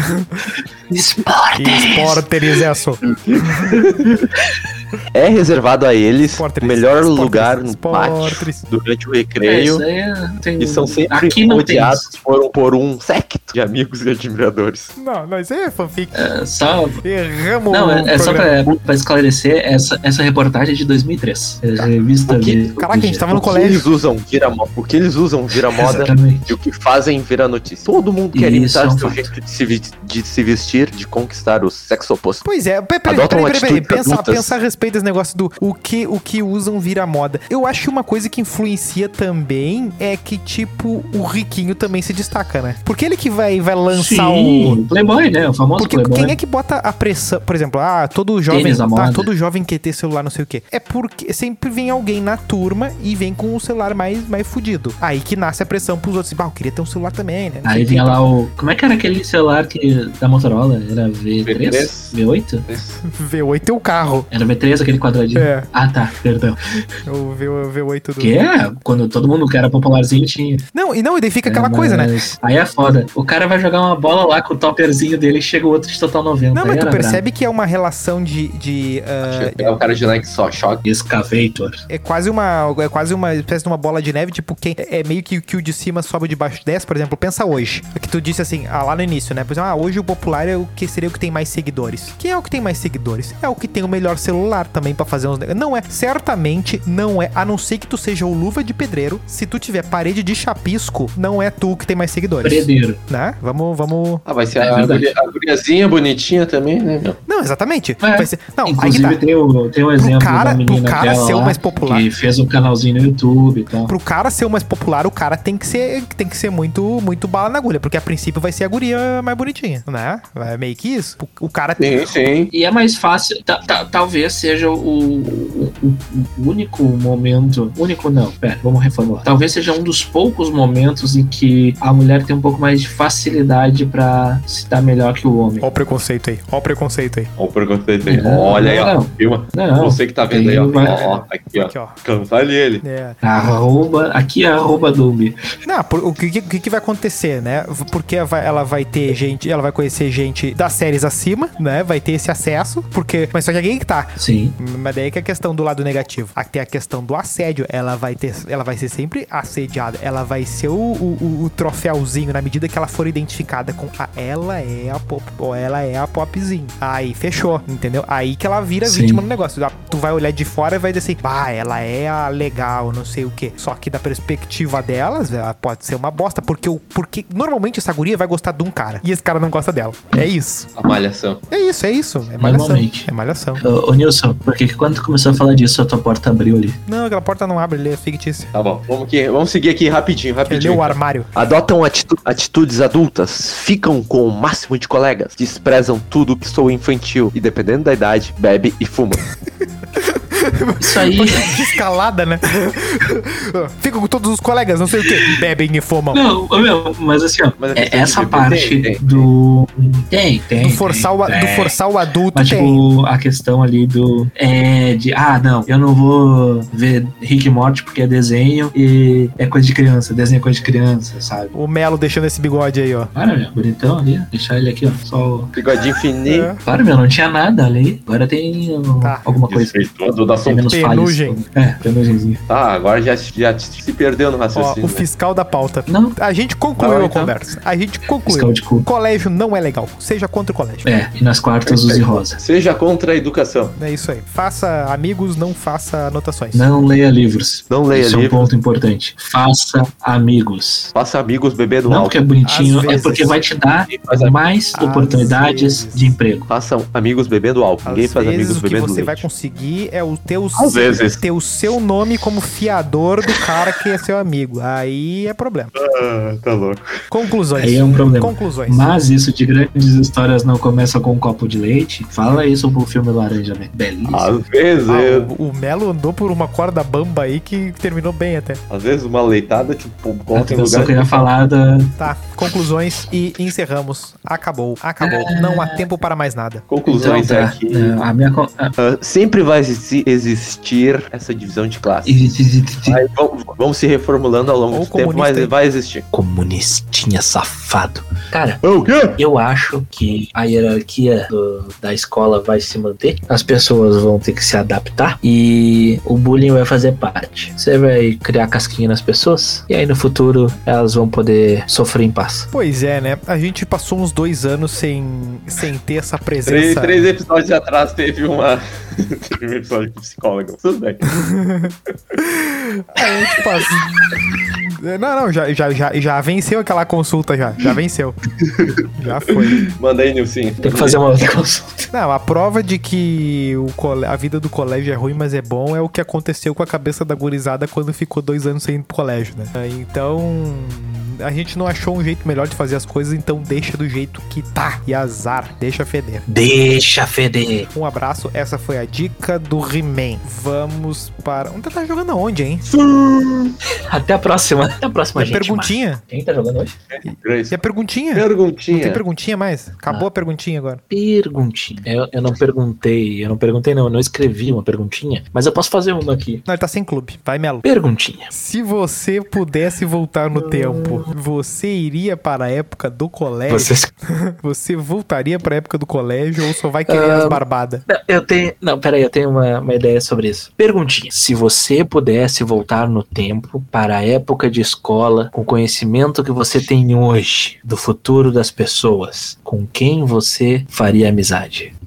S2: Esporte.
S1: Que Porteris é a sua.
S3: É reservado a eles
S1: Esportes,
S3: o melhor
S1: esportes,
S3: lugar no
S1: esportes.
S3: pátio durante o
S2: É,
S3: recreio.
S2: isso aí é- tem-
S3: E são sempre
S2: Aqui não tem
S3: odiados
S2: isso.
S3: por, por um secto de amigos e admiradores.
S1: Não, não, isso aí é fanfic.
S2: É, só...
S1: Erramos
S2: Não, é,
S1: o
S2: é só
S1: programa.
S2: pra, pra esclarecer, essa, essa reportagem é de 2003. É revista de...
S1: Tá. Caraca, a gente tava no
S3: o que
S1: colégio.
S3: eles usam vira moda. O que eles usam vira moda.
S2: Exatamente.
S3: E o que fazem vira notícia. Todo mundo quer
S2: Isso
S3: imitar
S2: é um
S3: seu
S2: fato.
S3: jeito de se, vi- de se vestir, de conquistar o sexo oposto.
S1: Pois é, pe- peraí, peraí,
S3: Adotam
S1: peraí, peraí,
S3: atitudes
S1: pensa,
S3: adultas.
S1: pensa a respeito desse negócio do o que, o que usam vira moda. Eu acho que uma coisa que influencia também é que, tipo, o riquinho também se destaca, né? Porque ele que vai, vai lançar o.
S2: Sim, Playboy, né? O famoso
S1: Porque
S2: Playboy.
S1: quem é que bota a pressão? Por exemplo, ah, todo jovem.
S2: Tênis né? na
S1: Ah,
S2: moda.
S1: todo jovem quer ter celular, não sei o quê. É porque sempre vem alguém na turma e vem com o celular mais, mais fudido. Aí que nasce a pressão pros outros. Bah, eu queria ter um celular também, né? Não sei
S2: Aí
S1: o quê.
S2: vinha lá o. Como é que era aquele celular que, da Motorola? Era V3?
S3: V3?
S2: V8?
S1: V8 é o carro.
S2: Era V3, aquele quadradinho.
S1: É,
S2: Ah, tá, perdão.
S1: o V- o V8 do.
S2: Que é, quando todo mundo que era popularzinho tinha.
S1: Não, e não, e daí fica aquela
S2: É,
S1: coisa, né?
S2: mas Aí é foda. O cara vai jogar uma bola lá com o topperzinho dele e chega o outro de total 90.
S1: Não,
S2: Aí
S1: mas tu
S2: era
S1: percebe que é uma relação de. de ah,
S3: É o cara de Nike só choca.
S2: brabo. Excavator.
S1: é quase uma. É quase uma espécie de uma bola de neve, tipo, quem. É meio que o que o de cima sobe o de baixo desce, por exemplo, pensa hoje. O que tu disse assim, ah, lá no início, né? Por exemplo, ah, hoje o popular é o que seria o que tem mais seguidores. Quem é o que tem mais seguidores? É o que tem o melhor celular também pra fazer uns. ne- Não é. Certamente não é. A não ser que tu seja o luva de pedreiro. Se tu tiver parede de chapisco, não é tu que tem mais seguidores.
S2: Predeiro.
S1: Né? Vamos, vamos.
S3: Ah, vai ser
S2: É
S3: a,
S2: verdade.
S3: guria- a guriazinha bonitinha também, né, meu?
S1: Não, exatamente.
S2: É.
S1: Vai ser- Não, aí que
S2: Inclusive
S1: tá.
S2: tem, o, tem um exemplo
S1: cara-
S2: da
S1: pro
S2: menina
S1: cara
S2: dela
S1: ser o
S2: lá,
S1: mais popular.
S2: Que fez um canalzinho no YouTube e tal.
S1: pro cara ser o mais popular, o cara tem que ser, tem que ser muito, muito bala na agulha, porque a princípio vai ser a guria mais bonitinha, né? É meio que isso. O cara tem.
S3: Sim, sim.
S2: E é mais fácil, ta- ta- talvez seja o, o- o- o único momento. Único não, pera, vamos reformular. Talvez seja um dos poucos momentos em que a mulher tem um pouco mais de facilidade pra se dar melhor que o homem.
S1: Ó o preconceito aí, ó o preconceito aí.
S3: Olha o preconceito aí.
S2: Não,
S3: Olha aí, ó.
S2: não.
S3: Filma.
S2: Não,
S3: Você que tá vendo aí, ó.
S2: Tem-
S3: Ó, ó, Aqui, ó.
S1: Aqui, ó.
S3: Cancele ele.
S1: É.
S2: arroba, aqui é arroba Dumbi.
S1: Não, por- o que, o que que vai acontecer, né? V- Porque vai- ela vai ter gente, ela vai conhecer gente das séries acima, né? Vai ter esse acesso, porque. Mas só que alguém que tá.
S2: Sim.
S1: Mas daí que é a questão do lado negativo. Aqui tem a questão do assédio. Ela vai ter. Ela vai ser sempre assediada. Ela vai ser o, o, o- o troféuzinho na medida que ela for identificada com a ela é a pop. Ou ela é a popzinho. Aí fechou, entendeu? Aí que ela vira
S2: Sim.
S1: vítima do negócio. Ah, Tu vai olhar de fora e vai dizer assim, ah, ela é a legal, não sei o quê. Só que da perspectiva delas, ela pode ser uma bosta, porque, o, porque normalmente essa guria vai gostar de um cara, e esse cara não gosta dela. É isso.
S3: A malhação.
S1: É isso, é isso. É malhação.
S2: Normalmente.
S1: É malhação.
S2: Ô, ô, Nilson, por que que quando tu começou a falar disso, a tua porta abriu ali?
S1: Não, aquela porta não abre, ele é fictício.
S3: Tá bom, vamos, que, vamos seguir aqui rapidinho,
S1: Ele é
S3: rapidinho.
S1: o armário.
S3: Adotam atitu- atitudes adultas, ficam com o máximo de colegas, desprezam tudo que sou infantil e, dependendo da idade, bebe e fuma.
S2: Isso aí.
S1: Escalada, né? Fica com todos os colegas, não sei o quê. Bebem e fumam.
S2: Não, ô, meu, mas assim, ó,
S3: Mas a
S2: é-
S3: questão
S2: essa
S3: de-
S2: parte
S3: tem, tem.
S2: do. Tem, tem.
S1: Do forçar o, a-
S2: tem,
S1: do
S2: tem.
S1: forçar o adulto
S2: Mas,
S1: tem.
S2: tipo, a questão ali do. É, de. Ah, não, eu não vou ver Rick e Morty porque é desenho e é coisa de criança. Desenho é coisa de criança, sabe?
S1: O Melo deixando esse bigode aí, ó.
S2: Para, meu, bonitão ali. Deixar ele aqui, ó. Só. o-
S3: Bigodinho fininho.
S1: É.
S2: Claro, meu, não tinha nada ali. Agora tem ó,
S1: Tá.
S2: alguma coisa.
S3: Respeitoso da
S2: Tem menos falhas.
S1: Penugem.
S2: É, penugemzinho.
S3: Tá, agora já, já se perdeu no
S1: Ó,
S3: raciocínio. né?
S1: o fiscal da pauta.
S2: Não,
S1: A gente concluiu
S3: Tá,
S1: a
S3: então.
S1: conversa. A gente
S2: fiscal
S1: concluiu.
S2: de cu.
S1: Colégio não é legal. Seja contra o colégio.
S2: É, e nas quartas use rosa.
S3: Seja contra a educação.
S1: É isso aí. Faça amigos, não faça anotações.
S2: Não leia livros.
S3: Não leia
S2: Isso é um
S3: livro.
S2: ponto importante. Faça amigos.
S3: Faça amigos bebendo
S2: Não
S3: álcool.
S2: porque é bonitinho,
S1: Às
S2: é
S1: vezes.
S2: porque vai te dar
S3: Faz a-
S2: mais
S1: Às
S2: oportunidades
S1: vezes.
S2: de emprego.
S3: Façam amigos bebendo álcool. Ninguém
S1: Às
S3: faz
S1: vezes
S3: amigos
S1: o que
S3: bebendo
S1: você
S3: leite.
S1: vai conseguir é o teu,
S3: Às vezes.
S1: ter o seu nome como fiador do cara que é seu amigo. Aí é problema.
S3: Ah, tá louco.
S1: Conclusões.
S2: Aí é um problema.
S1: Conclusões.
S2: Mas isso de grandes histórias não começa com um copo de leite. Fala isso pro filme Laranja, velho. Belíssimo.
S3: Às vezes,
S1: Ah, o, o Melo andou por uma corda bamba aí que terminou bem até.
S3: às vezes uma leitada tipo bota em
S2: eu só
S3: lugar.
S2: queria falar da.
S1: Tá, conclusões e encerramos. Acabou, acabou. Não há tempo para mais nada.
S3: Conclusões
S2: Então,
S3: é
S2: tá.
S3: que
S2: É, a minha. con- a-
S3: ah, sempre vai exi- existir essa divisão de classe. Aí vão- vão se reformulando ao longo
S1: Ou
S3: do tempo,
S1: comunista,
S3: mas
S1: hein?
S3: vai existir.
S2: Comunistinha safado. Cara,
S3: É O quê?
S2: eu acho que a hierarquia do- da escola vai se manter, as pessoas vão ter que se adaptar e o bullying vai fazer parte. Você vai criar casquinha nas pessoas e aí no futuro elas vão poder sofrer em paz.
S1: Pois é, né? A gente passou uns dois anos sem, sem ter essa
S3: Três,
S1: presença.
S3: três episódios atrás teve uma. teve um episódio com psicólogo. Tudo bem.
S1: A gente passou- Não, não, já, já, já, já venceu aquela consulta já. Já venceu. já foi.
S3: Manda aí, Nilson.
S2: Tem que fazer uma outra consulta.
S1: Não, a prova de que o cole... a vida do colégio é ruim, mas é bom, é o que aconteceu com a cabeça da gurizada quando ficou dois anos sem ir pro colégio, né? É, Então. A gente não achou um jeito melhor de fazer as coisas, então deixa do jeito que tá. E azar, deixa feder.
S2: Deixa feder.
S1: Um abraço, essa foi a dica do He-Man. Vamos para. Onde tá jogando aonde, hein?
S2: Até a próxima. Até a próxima,
S1: E a
S2: gente.
S1: perguntinha?
S2: Quem tá jogando hoje?
S3: Grace.
S1: E a perguntinha? Tem
S3: Perguntinha.
S1: perguntinha mais? Acabou a perguntinha agora.
S2: Perguntinha. Eu, eu não perguntei, eu não perguntei não, eu não escrevi uma perguntinha, mas eu posso fazer uma aqui.
S1: Não, ele tá sem clube. Vai, Melo.
S2: Perguntinha.
S1: Se você pudesse voltar no tempo, você iria para a época do colégio? Você,
S2: Vocês
S1: voltaria para a época do colégio ou só vai querer as barbadas?
S2: Não, Eu tenho. Não, peraí, eu tenho uma, uma ideia sobre isso. Perguntinha. Se você pudesse voltar no tempo para a época de escola, com o conhecimento que você tem hoje, do futuro das pessoas, com quem você faria amizade?